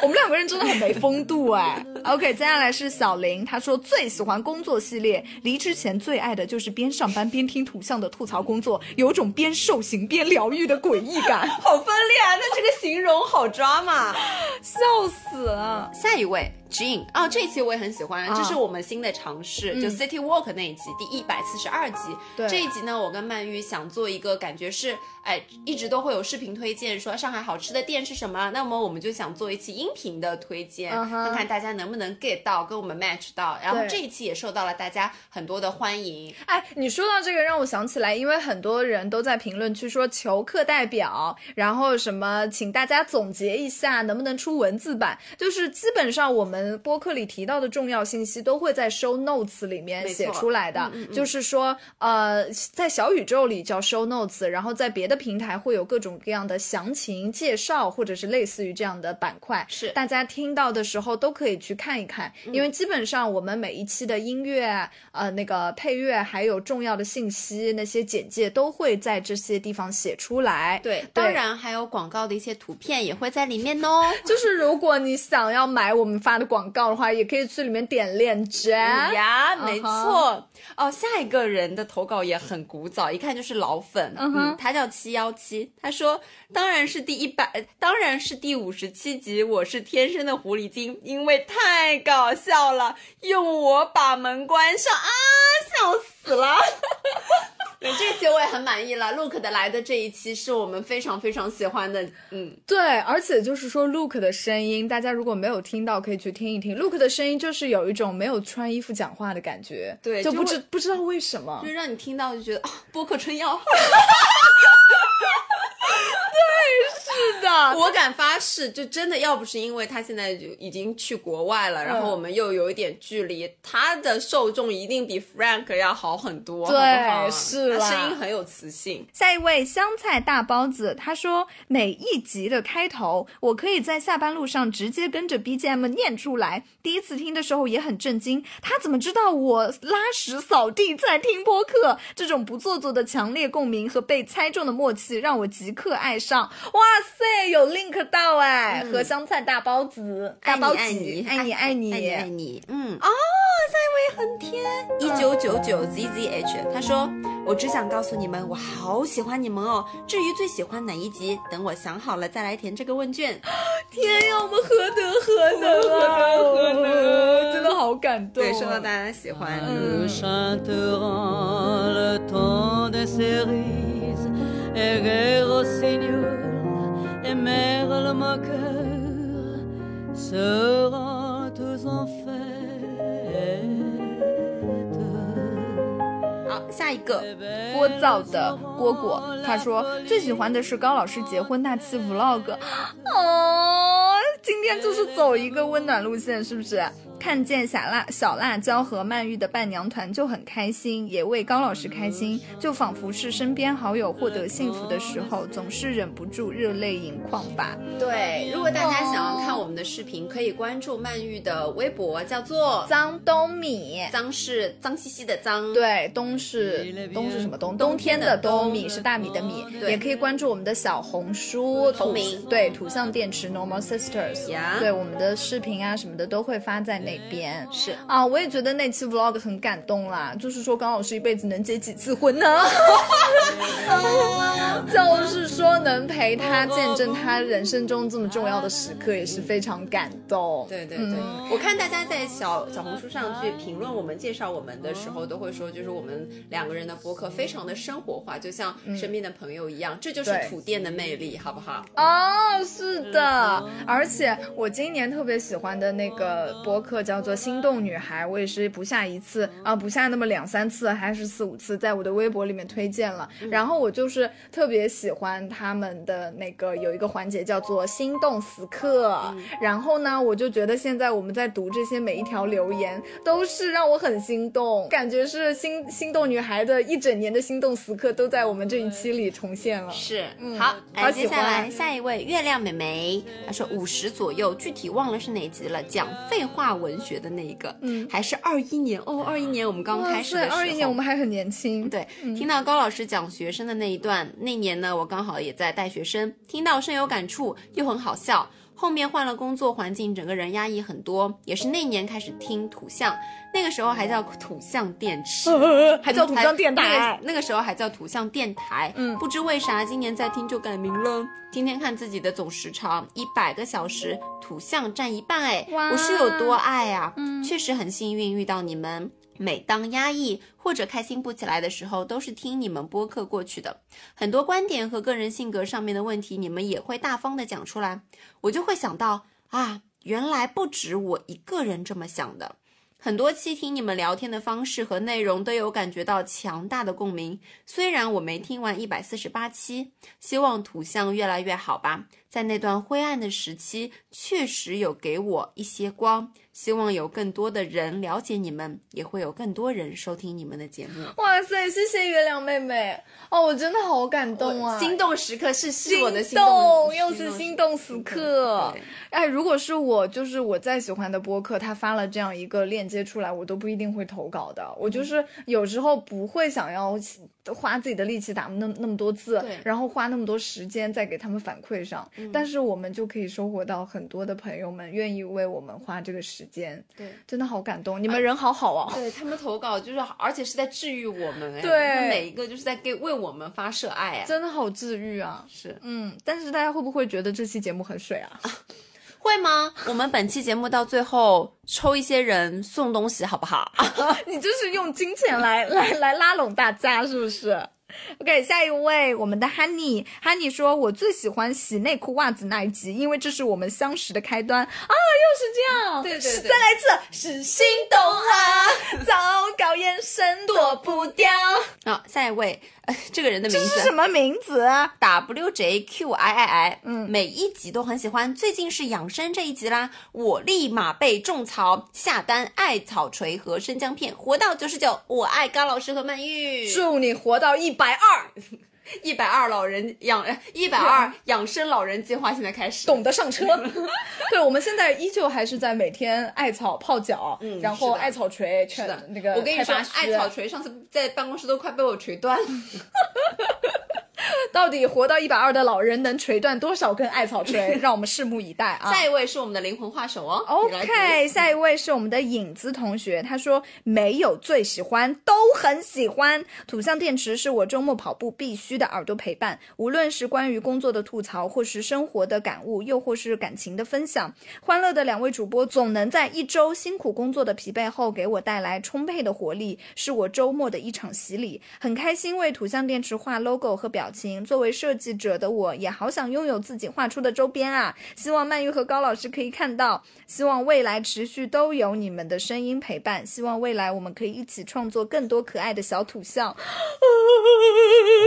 Speaker 1: 我们两个人真的很没风度 哎。OK，接下来是小林，他说最喜欢工作系列，离职前最爱的就是边上班边听土象的吐槽工作，有种边受刑边疗愈的诡异感，
Speaker 2: 好分裂啊！那这个形容好抓嘛。
Speaker 1: 笑死了。
Speaker 2: 下一位 Jean 哦，这一期我也很喜欢，
Speaker 1: 啊
Speaker 2: 这是我们新的尝试，就 City Walk 那一集，第一百四十二集。
Speaker 1: 嗯对
Speaker 2: 这一集呢，我跟曼玉想做一个感觉是，哎，一直都会有视频推荐说上海好吃的店是什么，那么我们就想做一期音频的推荐，
Speaker 1: 嗯哼
Speaker 2: 看看大家能不能 get 到，跟我们 match 到。然后
Speaker 1: 对
Speaker 2: 这一期也受到了大家很多的欢迎，
Speaker 1: 哎，你说到这个，让我想起来，因为很多人都在评论区说求课代表，然后什么，请大家总结一下，能不能出文字版？就是基本上我们播客里提到的重要信息，都会在 show notes 里面
Speaker 2: 没
Speaker 1: 写
Speaker 2: 错嗯
Speaker 1: 出来的。就是说，呃，在小宇宙里叫 show notes，然后在别的平台会有各种各样的详情介绍，或者是类似于这样的板块。
Speaker 2: 是
Speaker 1: 大家听到的时候都可以去看一看，
Speaker 2: 嗯
Speaker 1: 因为基本上我们每一期的音乐、呃那个配乐，还有重要的信息那些简介都会在这些地方写出来。
Speaker 2: 对，当。然还有广告的一些图片也会在里面哦。
Speaker 1: 就是如果你想要买我们发的广告的话，也可以去里面点链接。
Speaker 2: 呀，没
Speaker 1: 嗯
Speaker 2: 错。
Speaker 1: 哼
Speaker 2: 哦，下一个人的投稿也很古早，一看就是老粉。嗯他叫七幺七，他说当然是第一百，呃当然是第五十七集。我是天生的狐狸精，因为太搞笑了，用我把门关上啊，笑死了。 对，这期我也很满意了。Look 的来的这一期是我们非常非常喜欢的，嗯，
Speaker 1: 对，而且就是说，Luke 的声音，大家如果没有听到，可以去听一听。Luke 的声音就是有一种没有穿衣服讲话的感觉，
Speaker 2: 对
Speaker 1: 就
Speaker 2: 就
Speaker 1: 不
Speaker 2: 会
Speaker 1: 知不知道为什么
Speaker 2: 就。是让你听到就觉得啊，播客春药。
Speaker 1: 是 的，
Speaker 2: 我敢发誓，就真的要不是因为他现在就已经去国外了，然后
Speaker 1: 嗯
Speaker 2: 我们又有一点距离，他的受众一定比 Frank 要好很多，
Speaker 1: 对
Speaker 2: 好不好
Speaker 1: 是啦
Speaker 2: 他声音很有磁性。
Speaker 1: 下一位香菜大包子，他说每一集的开头，我可以在下班路上直接跟着 BGM 念出来。第一次听的时候也很震惊，他怎么知道我拉屎扫地在听播客？这种不做作的强烈共鸣和被猜中的默契，让我即刻爱上。哇塞，有 link 到哎，和香菜大包子，大包子，哎
Speaker 2: 爱嗯哎你
Speaker 1: 爱你，爱你，
Speaker 2: 爱你爱你，嗯哦，
Speaker 1: 哎
Speaker 2: 下一位很甜，一九九九 zzh，他说我只想告诉你们，我好喜欢你们哦。至于最喜欢哪一集，等我想好了再来填这个问卷。
Speaker 1: 天呀，我们何德何能 啊！
Speaker 3: 何德何 能
Speaker 1: 真的好感动啊、
Speaker 2: 对，受到大家的喜欢，
Speaker 1: 嗯
Speaker 3: Nous chanterons le temps des cerises et les rossignols et merle moqueur seront tous en fête.
Speaker 2: 好，下一个。
Speaker 1: 聒噪的蝈蝈，他说 最喜欢的是高老师结婚那期 vlog。哦，今天就是走一个温暖路线，是不是？看见小辣小辣椒和曼玉的伴娘团就很开心，也为高老师开心，就仿佛是身边好友获得幸福的时候，总是忍不住热泪盈眶吧。
Speaker 2: 对，如果大家想要看我们的视频，可以关注曼玉的微博，叫做
Speaker 1: 张冬米
Speaker 2: “脏是脏兮兮的脏”。，
Speaker 1: 对，冬是冬是什么冬？冬天的冬，米是大米的米。
Speaker 2: 哦对
Speaker 1: 也可以关注我们的小红书
Speaker 2: 同
Speaker 1: 土
Speaker 2: 名
Speaker 1: 对，土象电池 Normal Sisters，
Speaker 2: 呀
Speaker 1: 对我们的视频啊什么的都会发在那那边。
Speaker 2: 是
Speaker 1: 啊，我也觉得那期 vlog 很感动啦，就是说高老师一辈子能结几次婚呢？ 就是说能陪他见证他人生中这么重要的时刻，也是非常感动。嗯
Speaker 2: 对对对，我看大家在小小红书上去评论我们介绍我们的时候，都会说，就是我们两个人的播客非常的生活化，就像身边的朋友一样，这就是
Speaker 1: 嗯对
Speaker 2: 土店的魅力，好不好？
Speaker 1: 哦，是的，而且我今年特别喜欢的那个播客叫做《心动女孩》，我也是不下一次啊，不下那么两三次，还是四五次，在我的微博里面推荐了。然后我就是特别喜欢他们的那个有一个环节叫做“心动时刻”，然后呢，我就觉得现在我们在读这些每一条留言，都是让我很心动，感觉是心心动女孩的一整年的心动时刻都在我们这一期里重现了。
Speaker 2: 是，好，
Speaker 1: 嗯好
Speaker 2: 来
Speaker 1: 喜
Speaker 2: 接下
Speaker 1: 欢
Speaker 2: 来下一位月亮美眉，她说五十左右，具体忘了是哪集了，讲废话文学的那一个，
Speaker 1: 嗯
Speaker 2: 还是二一年哦，二一年我们刚
Speaker 1: 哇
Speaker 2: 开始的
Speaker 1: 塞，
Speaker 2: 时候，
Speaker 1: 二一年我们还很年轻。
Speaker 2: 对，听到高老师讲学生的那一段，那年呢，我刚好也在带学生，听到深有感触，又很好笑。后面换了工作环境，整个人压抑很多，也是那年开始听土象，那个时候还叫土象电 池，嗯还叫
Speaker 1: 土象电台
Speaker 2: 那个，那个时候还叫土象电台。
Speaker 1: 嗯
Speaker 2: 不知为啥今年再听就改名了。今天看自己的总时长，一百个小时，土象占一半，哎，
Speaker 1: 哇嗯
Speaker 2: 我是有多爱呀、确实很幸运遇到你们。每当压抑或者开心不起来的时候，都是听你们播客过去的。很多观点和个人性格上面的问题，你们也会大方的讲出来，我就会想到啊，原来不止我一个人这么想的。很多期听你们聊天的方式和内容都有感觉到强大的共鸣，虽然我没听完一百四十八期，希望图像越来越好吧。在那段灰暗的时期，确实有给我一些光，希望有更多的人了解你们，也会有更多人收听你们的节目。
Speaker 1: 哇塞，谢谢月亮妹妹哦，我真的好感动啊！
Speaker 2: 心动时刻是是
Speaker 1: 心
Speaker 2: 我的
Speaker 1: 动，
Speaker 2: 动，
Speaker 1: 又是心动时刻。哎，如果是我，就是我再喜欢的播客，他发了这样一个链接出来，我都不一定会投稿的。我就是有时候不会想要花自己的力气打那那么多字
Speaker 2: 对，
Speaker 1: 然后花那么多时间再给他们反馈上。但是我们就可以收获到很多的朋友们愿意为我们花这个时间，
Speaker 2: 对。
Speaker 1: 真的好感动。你们人好好哦。
Speaker 2: 对他们投稿就是，而且是在治愈我们哎，
Speaker 1: 对
Speaker 2: 他们每一个就是在给为我们发射爱哎，
Speaker 1: 真的好治愈啊！
Speaker 2: 是
Speaker 1: 嗯，但是大家会不会觉得这期节目很水啊？
Speaker 2: 会吗？我们本期节目到最后抽一些人送东西好不好？
Speaker 1: 你就是用金钱来 来来拉拢大家，是不是？OK，下一位，我们的 Honey，Honey 说，我最喜欢洗内裤袜子那一集，因为这是我们相识的开端啊，又是这样，
Speaker 2: 对对对
Speaker 1: 再来一次，是心动啊，糟糕，眼神躲不掉，
Speaker 2: 好、下一位，呃这个人的名
Speaker 1: 这
Speaker 2: 字
Speaker 1: 是什么名字啊？
Speaker 2: WJQII I，
Speaker 1: 嗯
Speaker 2: 每一集都很喜欢。最近是养生这一集啦，我立马被种草，下单艾草锤和生姜片，活到九十九。我爱高老师和曼玉，
Speaker 1: 祝你活到一百二，
Speaker 2: 一百二老人养呃一百 二养生老人计划现在开始。
Speaker 1: 懂得上车。 对，我们现在依旧还是在每天艾草泡脚，
Speaker 2: 嗯
Speaker 1: 然后
Speaker 2: 是的
Speaker 1: 艾草锤，
Speaker 2: 是
Speaker 1: 全
Speaker 2: 的，
Speaker 1: 那个
Speaker 2: 我跟你
Speaker 1: 开
Speaker 2: 说
Speaker 1: 发，啊区
Speaker 2: 艾草锤上次在办公室都快被我锤断了。
Speaker 1: 到底活到一百二的老人能锤断多少根艾草锤？让我们拭目以待啊！
Speaker 2: 下一位是我们的灵魂画手哦。你来读
Speaker 1: OK，下一位是我们的影子同学，他说没有最喜欢，都很喜欢。土象电池是我周末跑步必须的耳朵陪伴，无论是关于工作的吐槽，或是生活的感悟，又或是感情的分享，欢乐的两位主播总能在一周辛苦工作的疲惫后给我带来充沛的活力，是我周末的一场洗礼。很开心为土象电池画 logo 和表情，作为设计者的我也好想拥有自己画出的周边啊！希望曼玉和高老师可以看到，希望未来持续都有你们的声音陪伴，希望未来我们可以一起创作更多可爱的小土 象。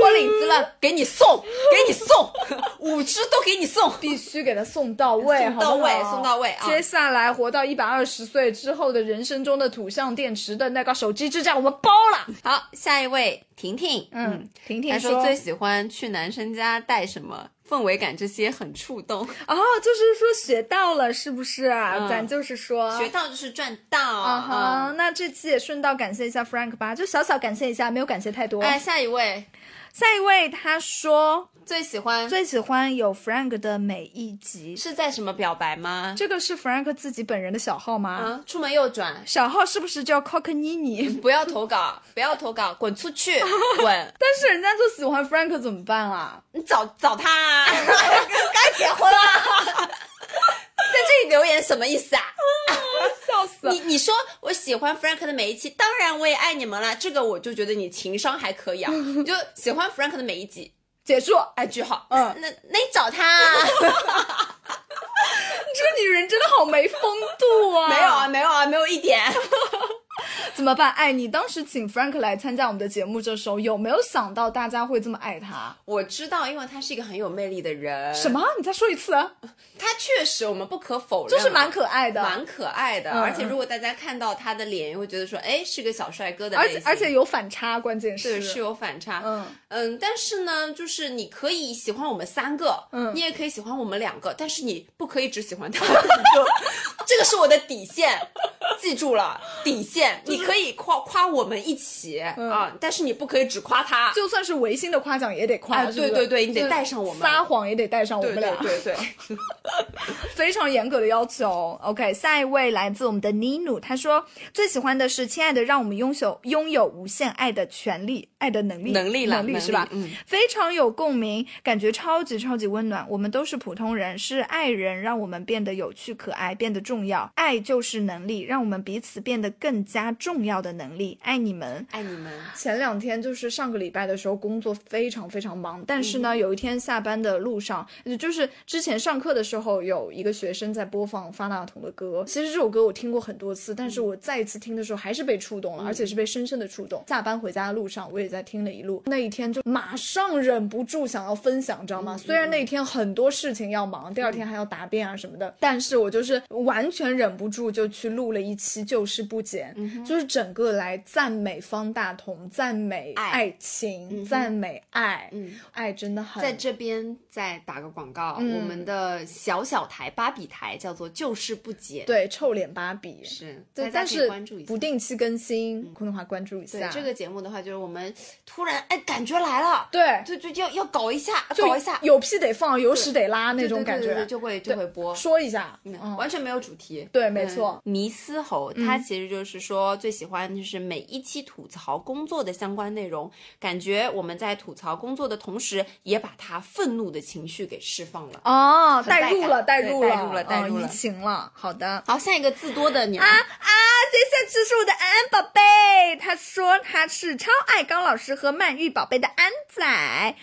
Speaker 2: 我领子了，给你送，给你送，五只都给你送。
Speaker 1: 必须给他送到位，
Speaker 2: 送到位
Speaker 1: 哎好不好
Speaker 2: 送到位啊
Speaker 1: 接下来活到一百二十岁之后的人生中的土象电池的那个手机支架，我们包了。
Speaker 2: 好，下一位婷婷，
Speaker 1: 嗯，婷
Speaker 2: 她
Speaker 1: 婷
Speaker 2: 说最喜欢去男生家带什么氛围感这些很触动。
Speaker 1: 哦，就是说学到了，是不是啊？
Speaker 2: 嗯
Speaker 1: 咱就是说
Speaker 2: 学到就是赚到
Speaker 1: 啊哈
Speaker 2: 啊！
Speaker 1: 那这期也顺道感谢一下 Frank 吧，就小小感谢一下，没有感谢太多。
Speaker 2: 哎，下一位
Speaker 1: 下一位他说
Speaker 2: 最喜欢
Speaker 1: 最喜欢有 Frank 的每一集，
Speaker 2: 是在什么表白吗？
Speaker 1: 这个是 Frank 自己本人的小号吗？
Speaker 2: 啊，出门右转，
Speaker 1: 小号是不是叫 Cockney？
Speaker 2: 不要投稿，不要投稿，滚出去，滚！
Speaker 1: 但是人家就喜欢 Frank 怎么办 啊？
Speaker 2: 你找找他、 啊，该结婚了， 在这里留言什么意思啊？
Speaker 1: 笑死
Speaker 2: 你你说我喜欢 Frank 的每一期，当然我也爱你们啦。这个我就觉得你情商还可以啊，
Speaker 1: 嗯
Speaker 2: 你 就喜欢 Frank 的每一集，
Speaker 1: 结束，
Speaker 2: 哎，句号，
Speaker 1: 嗯
Speaker 2: 那那你找他、啊，
Speaker 1: 这个女人真的好没风度啊！
Speaker 2: 没有啊，，没有啊，没有一 点，
Speaker 1: 怎么办？哎，你当时请 Frank 来参加我们的节目，这时候有没有想到大家会这么爱他？
Speaker 2: 我知道，因为他是一个很有魅力的人，
Speaker 1: 什？么？你再说一次啊？
Speaker 2: 他确实，我们不可否认，啊
Speaker 1: 就是蛮可爱的，
Speaker 2: 蛮可爱的，
Speaker 1: 嗯
Speaker 2: 而且如果大家看到他的脸，也会觉得说，哎，是个小帅哥的
Speaker 1: 而
Speaker 2: 类
Speaker 1: 且
Speaker 2: 型，
Speaker 1: 而且有反差，关键
Speaker 2: 对
Speaker 1: 是
Speaker 2: 是有反差，
Speaker 1: 嗯
Speaker 2: 嗯，但是呢，就是你可以喜欢我们三个，
Speaker 1: 嗯
Speaker 2: 你也可以喜欢我们两个，但是你不可以只喜欢他一 个，这个是我的底线，记住了，底线。你可以夸夸我们一起、啊，但是你不可以只夸他，
Speaker 1: 嗯就算是违心的夸奖也得夸，
Speaker 2: 哎
Speaker 1: 是不
Speaker 2: 对
Speaker 1: 是
Speaker 2: 对对你得
Speaker 1: 就是
Speaker 2: 带上我们
Speaker 1: 撒谎也得带上我
Speaker 2: 对
Speaker 1: 们
Speaker 2: 对
Speaker 1: 俩，
Speaker 2: 对对，
Speaker 1: 非常严格的要求。OK，下一位来自我们的妮努，她说最喜欢的是“亲爱的，让我们拥有拥有无限爱的权利、爱的能力、
Speaker 2: 能力啦
Speaker 1: 能力
Speaker 2: 能
Speaker 1: 是吧
Speaker 2: 力？嗯，
Speaker 1: 非常有共鸣，感觉超级超级温暖。我们都是普通人，是爱人让我们变得有趣可爱，变得重要。爱就是能力，让我们彼此变得更加重要的能力。爱你们。
Speaker 2: 爱哎你们，
Speaker 1: 前两天就是上个礼拜的时候，工作非常非常忙，但是呢，有一天下班的路上，也就是之前上课的时候，有一个学生在播放方大同的歌。其实这首歌我听过很多次，但是我再一次听的时候还是被触动了，而且是被深深的触动。下班回家的路上，我也在听了一路，那一天就马上忍不住想要分享，你知道
Speaker 2: 嗯
Speaker 1: 吗？虽然那天很多事情要忙，第二天还要答辩啊什么的，但是我就是完全忍不住就去录了一期《旧事不减》，
Speaker 2: 嗯
Speaker 1: 就是整个来赞美方大同，赞美
Speaker 2: 爱
Speaker 1: 爱情，赞美爱，
Speaker 2: 嗯
Speaker 1: 爱真的很
Speaker 2: 在这边再打个广告，
Speaker 1: 嗯
Speaker 2: 我们的小小台芭比台叫做就是不解，
Speaker 1: 对臭脸芭比。
Speaker 2: 是，
Speaker 1: 对，
Speaker 2: 大
Speaker 1: 但
Speaker 2: 家可以
Speaker 1: 是
Speaker 2: 关注一下嗯
Speaker 1: 不。啊定期更新，昆的话关注一
Speaker 2: 对
Speaker 1: 下。
Speaker 2: 这个节目的话，就是我们突然哎感觉来了，
Speaker 1: 对，
Speaker 2: 就就要要搞一下，
Speaker 1: 就
Speaker 2: 搞一下
Speaker 1: 有屁得放，有屎得拉那
Speaker 2: 对
Speaker 1: 种
Speaker 2: 对
Speaker 1: 感
Speaker 2: 对对对
Speaker 1: 觉。
Speaker 2: 就会就会播。
Speaker 1: 说一下，
Speaker 2: 嗯，
Speaker 1: 嗯
Speaker 2: 完全没有主题，
Speaker 1: 对没错
Speaker 2: 嗯迷思猴他其实就是说最喜欢就是每一期吐槽工作的相关内容，感觉我们在吐槽工作的同时，也把他愤怒的情绪给释放了。
Speaker 1: 哦，
Speaker 2: 带
Speaker 1: 带入
Speaker 2: 感
Speaker 1: 了，带
Speaker 2: 对
Speaker 1: 入
Speaker 2: 带
Speaker 1: 了，
Speaker 2: 入了带入
Speaker 1: 哦
Speaker 2: 了
Speaker 1: 移情了。好的，啊
Speaker 2: 好，下一个字多的鸟，
Speaker 1: 接下这是我的安安宝贝，他说他是超爱高老师和曼玉宝贝的安仔。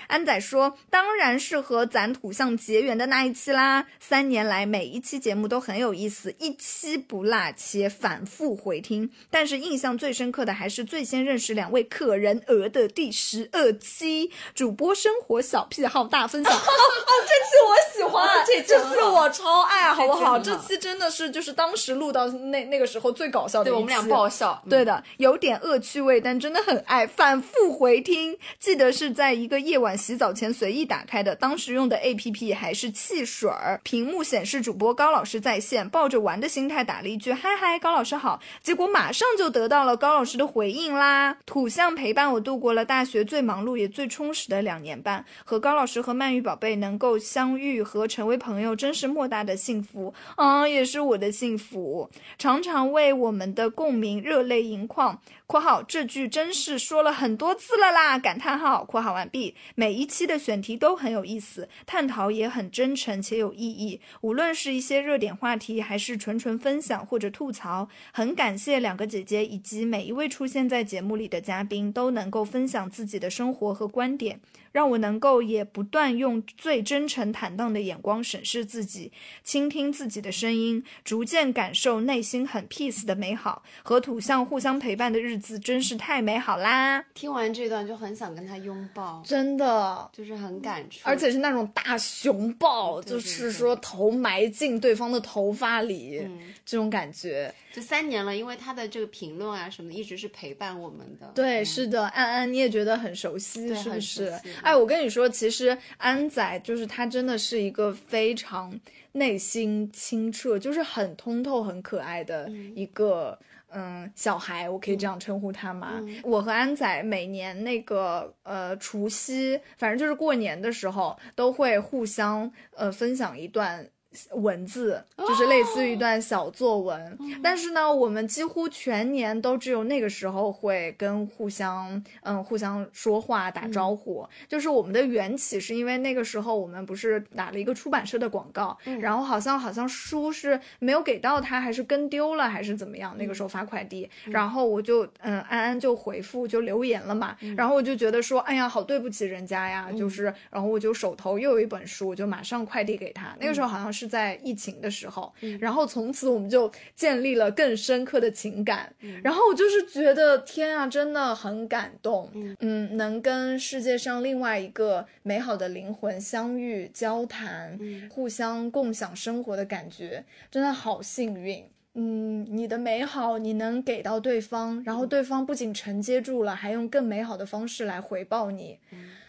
Speaker 1: 安仔说，当然是和咱土象结缘的那一期啦。三年来每一期节目都很有意思，一期不落且反复回听。但是印象最深刻的还是最先认识两位可人鹅的第十二期，主播生活小癖好大分享。这期我喜 欢，这这期我超爱，好不好？
Speaker 2: 这期很
Speaker 1: 这
Speaker 2: 好
Speaker 1: 期真的是就是当时录到那那个时候最搞笑的
Speaker 2: 对
Speaker 1: 一
Speaker 2: 我们俩
Speaker 1: 期
Speaker 2: 爆笑，嗯
Speaker 1: 对的，有点恶趣味，但真的很爱，反复回听。记得是在一个夜晚洗澡前随意打开的，当时用的 APP 还是汽水儿，屏幕显示主播高老师在线，抱着玩的心态打了一句“嗨嗨，高老师好”，结果马上就得到了高老师的回应啦。土象陪伴我度过了大学最忙碌也最充实的两年半，和高老师和曼玉宝贝能够相遇和成为朋友，真是莫大的幸福啊、也是我的幸福。常常为我们的共鸣热泪盈眶。（括号这句真是说了很多次了啦！）感叹号（括号完毕）。每一期的选题都很有意思，探讨也很真诚且有意义。无论是一些热点话题，还是纯纯分享或者吐槽，很感谢两个姐姐以及每一位出现在节目里的嘉宾都能够分享自己的生活和观点，让我能够也不断用最真诚坦荡的眼光审视自己，倾听自己的声音，逐渐感受内心很 peace 的美好，和土象互相陪伴的日子真是太美好啦！
Speaker 2: 听完这段就很想跟他拥抱，
Speaker 1: 真的，
Speaker 2: 就是很感触，
Speaker 1: 而且是那种大熊抱，
Speaker 2: 对对
Speaker 1: 嗯就是说头埋进对方的头发里，这种感觉。
Speaker 2: 这三年了，因为他的这个评论啊什么的，一直是陪伴我们的。嗯
Speaker 1: 对，是的，安安，你也觉得很熟悉，
Speaker 2: 对
Speaker 1: 是不
Speaker 2: 很
Speaker 1: 是
Speaker 2: 熟悉？
Speaker 1: 哎，我跟你说，其实安仔就是他，真的是一个非常内心清澈，就是很通透、很可爱的一个嗯小孩，我可以
Speaker 2: 嗯
Speaker 1: 这样称呼他嘛。我和安仔每年那个呃除夕，反正就是过年的时候，都会互相呃分享一段文字，就是类似于一段小作文。但是呢，我们几乎全年都只有那个时候会跟互相嗯互相说话打招呼。就是我们的缘起是因为那个时候我们不是打了一个出版社的广告，然后好像好像书是没有给到他，还是跟丢了还是怎么样？那个时候发快递，然后我就嗯安安就回复就留言了嘛，然后我就觉得说哎呀好对不起人家呀，就是然后我就手头又有一本书，我就马上快递给他。那个时候好像是在疫情的时候，然后从此我们就建立了更深刻的情感。然后我就是觉得天啊，真的很感动，嗯，能跟世界上另外一个美好的灵魂相遇、交谈，互相共享生活的感觉，真的好幸运。嗯，你的美好你能给到对方，然后对方不仅承接住了，还用更美好的方式来回报你，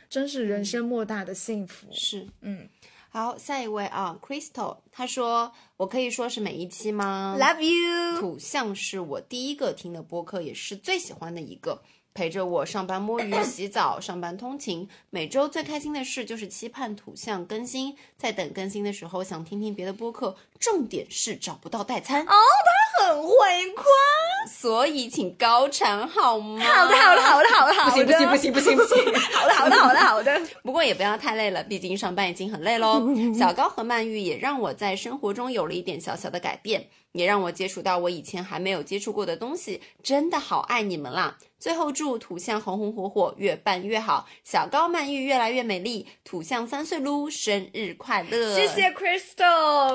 Speaker 1: 真是人生莫大的幸福。
Speaker 2: 是，
Speaker 1: 嗯
Speaker 2: 好，下一位啊，Crystal，他说：“我可以说是每一期吗？”
Speaker 1: ，Love you，
Speaker 2: 土象是我第一个听的播客，也是最喜欢的一个，陪着我上班摸鱼、洗澡、上班通勤。每周最开心的事就是期盼土象更新，在等更新的时候想听听别的播客，重点是找不到代餐，
Speaker 1: 哦很会夸。
Speaker 2: 所以请高产好吗？
Speaker 1: 好的，好的，好的，好的，好的，
Speaker 2: 不行不行不行不行不行，
Speaker 1: 好的，好的，好的，好的。
Speaker 2: 不过也不要太累了，毕竟上班已经很累喽。小高和曼玉也让我在生活中有了一点小小的改变，也让我接触到我以前还没有接触过的东西，真的好爱你们啦！最后祝土象红红火火，越办越好，小高曼玉越来越美丽，土象三岁撸，生日快乐！
Speaker 1: 谢谢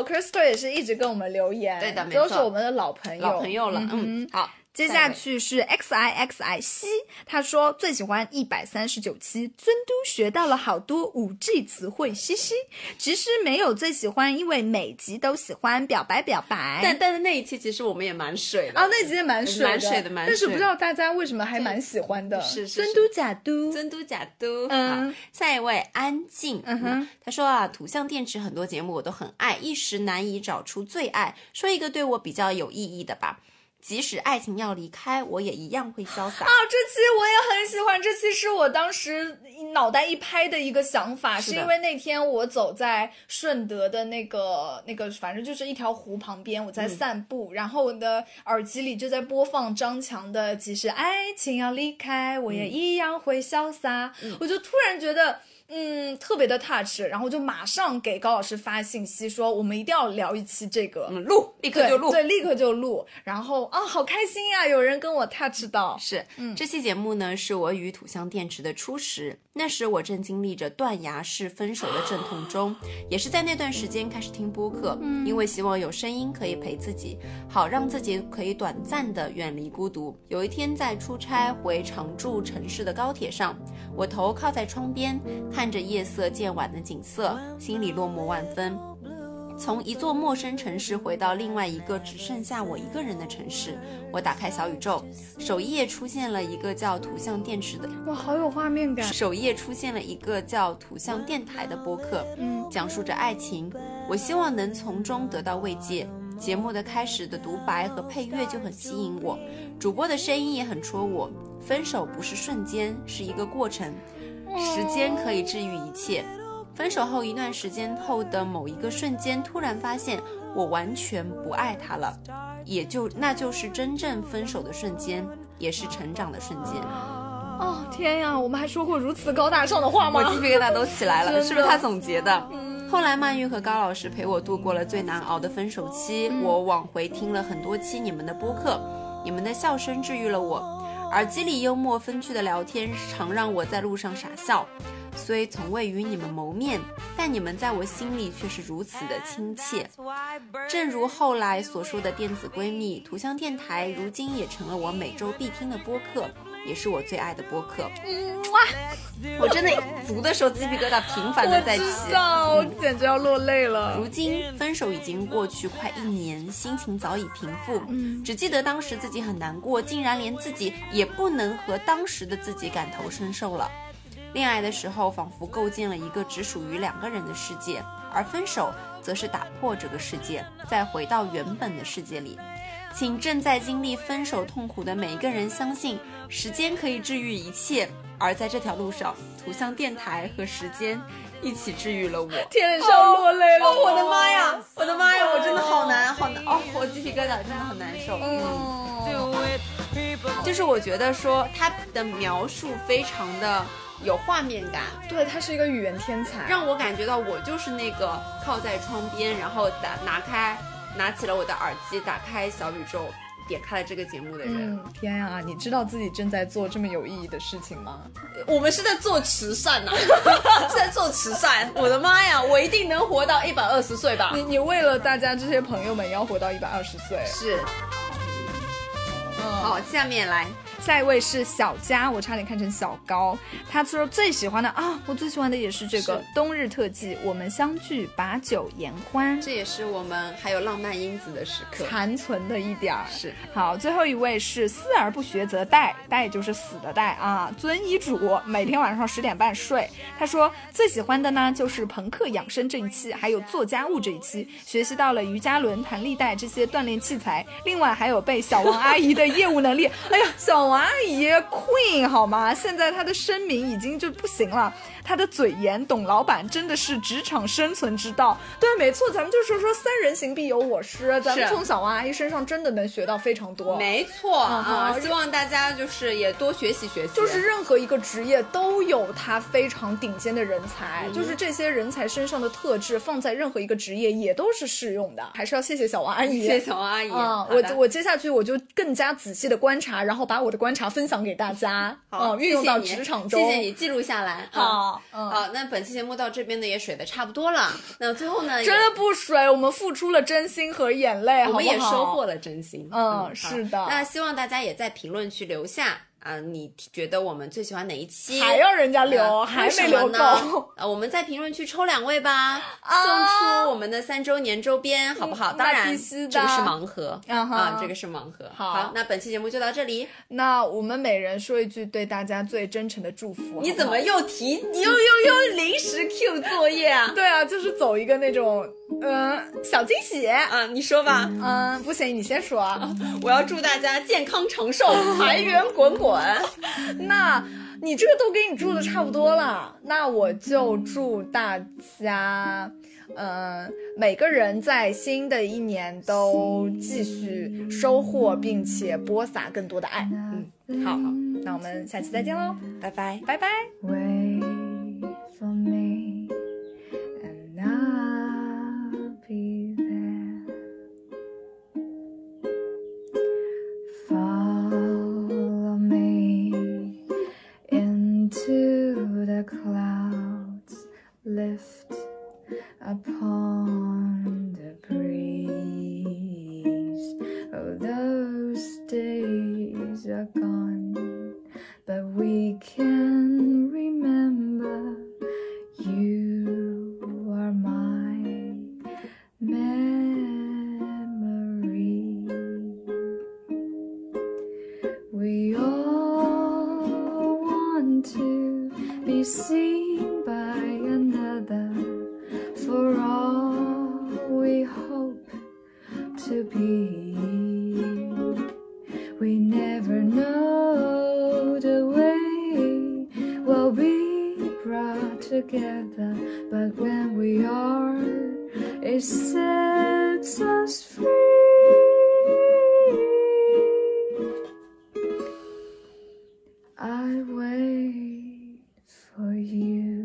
Speaker 1: Crystal，Crystal 也是一直跟我们留言，
Speaker 2: 对的没
Speaker 1: 都
Speaker 2: 错
Speaker 1: 是我们的老朋友。
Speaker 2: 老朋友了，嗯，好，
Speaker 1: 接
Speaker 2: 下
Speaker 1: 下
Speaker 2: 一位
Speaker 1: 去是 X I X I 西，他说最喜欢一百三十九期，尊嘟学到了好多五 G 词汇，嘻嘻。其实没有最喜欢，因为每集都喜欢表白表白。
Speaker 2: 但但是那一期其实我们也蛮水的
Speaker 1: 啊，那集也蛮水的，
Speaker 2: 蛮水的蛮水的
Speaker 1: 但是不知道大家为什么还蛮喜欢的。
Speaker 2: 是是是
Speaker 1: 尊嘟假嘟，
Speaker 2: 尊嘟假嘟，
Speaker 1: 嗯
Speaker 2: 嗯，下一位安静，
Speaker 1: 嗯哼，
Speaker 2: 他说啊，土象电池很多节目我都很爱，一时难以找出最爱，说一个对我比较有意义的吧。即使爱情要离开，我也一样会潇 洒。
Speaker 1: 啊，这期我也很喜欢，这期是我当时脑袋一拍的一个想法，
Speaker 2: 是
Speaker 1: 是
Speaker 2: 的
Speaker 1: 因为那天我走在顺德的那个那个，反正就是一条湖旁边，我
Speaker 2: 嗯
Speaker 1: 在散步，然后我的耳机里就在播放张强的《即使爱情要离开，我
Speaker 2: 嗯
Speaker 1: 也一样会潇洒》我就突然觉得。嗯，特别的 touch，然后就马上给高老师发信息说，我们一定要聊一期这个，
Speaker 2: 嗯，录，立刻就录。
Speaker 1: 对，对，立刻就录。然后啊、好开心呀、有人跟我 touch 到，
Speaker 2: 是，这期节目呢是我与土象电池的初识，那时我正经历着断崖式分手的阵痛中，也是在那段时间开始听播客，因为希望有声音可以陪自己，好让自己可以短暂的远离孤独。有一天在出差回常住城市的高铁上，我头靠在窗边，看着夜色渐晚的景色，心里落寞万分。从一座陌生城市回到另外一个只剩下我一个人的城市，我打开小宇宙，首页出现了一个叫土象电池的，
Speaker 1: 哇，好有画面感。
Speaker 2: 首页出现了一个叫土象电台的播客，
Speaker 1: 嗯，
Speaker 2: 讲述着爱情。我希望能从中得到慰藉。节目的开始的独白和配乐就很吸引我，主播的声音也很戳我。分手不是瞬间，是一个过程，时间可以治愈一切。分手后一段时间后的某一个瞬间，突然发现我完全不爱他了，也就那就是真正分手的瞬间，也是成长的瞬间。
Speaker 1: 哦天呀，我们还说过如此高大上的话
Speaker 2: 我
Speaker 1: 吗嗯
Speaker 2: 鸡？皮疙瘩都起来
Speaker 1: 真
Speaker 2: 了，
Speaker 1: 的
Speaker 2: 是不是他总结的？后来曼玉和高老师陪我度过了最难熬的分手期，我往回听了很多期你们的播客，你们的笑声治愈了我，耳机里幽默风趣的聊天常让我在路上傻笑。虽从未与你们谋面，但你们在我心里却是如此的亲切。正如后来所说的电子闺蜜，图像电台如今也成了我每周必听的播客，也是我最爱的播客。我真的读的时候鸡皮疙瘩频繁的在起。
Speaker 1: 我简直要落泪了。
Speaker 2: 嗯如今分手已经过去快一年，心情早已平复，只记得当时自己很难过，竟然连自己也不能和当时的自己感同身受了。恋爱的时候，仿佛构建了一个只属于两个人的世界，而分手则是打破这个世界，再回到原本的世界里。请正在经历分手痛苦的每一个人相信，时间可以治愈一切。而在这条路上，图像电台和时间一起治愈了我。
Speaker 1: 天上落泪了、
Speaker 2: 哦，我的妈呀，我的妈呀，我真的好难，好难哦，我鸡皮疙瘩真的很难受。嗯，就是我觉得说他的描述非常的有画面感，
Speaker 1: 对他是一个语言天才，
Speaker 2: 让我感觉到我就是那个靠在窗边，然后打拿开拿起了我的耳机，打开小宇宙，点开了这个节目的人。
Speaker 1: 嗯，天啊！你知道自己正在做这么有意义的事情吗？
Speaker 2: 我们是在做慈善呐、 是在做慈善。我的妈呀，我一定能活到一百二十岁吧？
Speaker 1: 你你为了大家这些朋友们要活到一百二十岁。
Speaker 2: 是。好，下面来，
Speaker 1: 下一位是小佳，我差点看成小高。他说最喜欢的啊，我最喜欢的也是这个
Speaker 2: 是
Speaker 1: 冬日特辑，我们相聚，把酒言欢，
Speaker 2: 这也是我们还有浪漫因子的时刻。
Speaker 1: 残存的一点儿。
Speaker 2: 是
Speaker 1: 好，最后一位是思而不学则殆，殆就是死的殆啊。遵医嘱，每天晚上十点半睡。他说最喜欢的呢就是朋克养生这一期，还有做家务这一期，学习到了瑜伽轮、弹力带这些锻炼器材，另外还有被小王阿姨的业务能力。 哎呀，小王阿姨 Queen 好吗？现在她的声明已经就不行了，她的嘴严，懂老板真的是职场生存之道。对，没错，咱们就说说三人行必有我师，咱们
Speaker 2: 是
Speaker 1: 从小王阿姨身上真的能学到非常多。
Speaker 2: 没错啊、
Speaker 1: 好
Speaker 2: 希望大家就是也多学习学习。
Speaker 1: 嗯就是任何一个职业都有它非常顶尖的人才，
Speaker 2: 嗯
Speaker 1: 就是这些人才身上的特质放在任何一个职业也都是适用的。还是要谢谢小王阿姨，
Speaker 2: 谢谢小王阿姨。
Speaker 1: 啊、
Speaker 2: 好的
Speaker 1: 我我接下去我就更加仔细的观察，然后把我的观察分享给大家，
Speaker 2: 好，
Speaker 1: 啊，
Speaker 2: 谢
Speaker 1: 运
Speaker 2: 谢
Speaker 1: 用到
Speaker 2: 你
Speaker 1: 职场中。
Speaker 2: 谢谢你记录下来。啊
Speaker 1: 好，嗯
Speaker 2: 好，那本期节目到这边呢也水的差不多了。那最后呢，也
Speaker 1: 真的不水，我们付出了真心和眼泪，
Speaker 2: 我
Speaker 1: 好
Speaker 2: 们
Speaker 1: 不
Speaker 2: 也
Speaker 1: 好
Speaker 2: 收获了真心。
Speaker 1: 嗯
Speaker 2: 好
Speaker 1: 是的
Speaker 2: 那希望大家也在评论区留下啊，你觉得我们最喜欢哪一期？
Speaker 1: 还要人家
Speaker 2: 呃
Speaker 1: 留，还没留
Speaker 2: 为什么
Speaker 1: 够
Speaker 2: 呢。。呃，我们在评论区抽两位吧，
Speaker 1: 啊
Speaker 2: 送出我们的三周年周边，好不好？
Speaker 1: 嗯
Speaker 2: 当
Speaker 1: 那
Speaker 2: 然，
Speaker 1: 必须的
Speaker 2: 这个是盲盒
Speaker 1: 嗯哼
Speaker 2: 啊，这个是盲盒。
Speaker 1: 好
Speaker 2: 那本期节目就到这里。
Speaker 1: 那我们每人说一句对大家最真诚的祝福。
Speaker 2: 你
Speaker 1: 好不
Speaker 2: 怎
Speaker 1: 好
Speaker 2: 么又提，你又又又临时 Q 作业啊？
Speaker 1: 对啊，就是走一个那种，嗯、小惊喜。
Speaker 2: 啊，你说吧，
Speaker 1: 嗯、不行，你先说。啊。
Speaker 2: 我要祝大家健康长寿，财源滚滚。
Speaker 1: 那你这个都给你祝的差不多了，那我就祝大家，嗯、每个人在新的一年都继续收获，并且播撒更多的爱。嗯，好，那我们下期再见喽，
Speaker 2: 拜拜。
Speaker 1: 拜拜。
Speaker 4: Wait for me, and I'll be there. Follow me into the clouds, lift upon the breeze. Oh, those days are gone but we can remember you are my memory. We all want to be seen by another, for all we hope to be. We never know the way we'll be brought together, but when we are, it sets us free. I wait for you.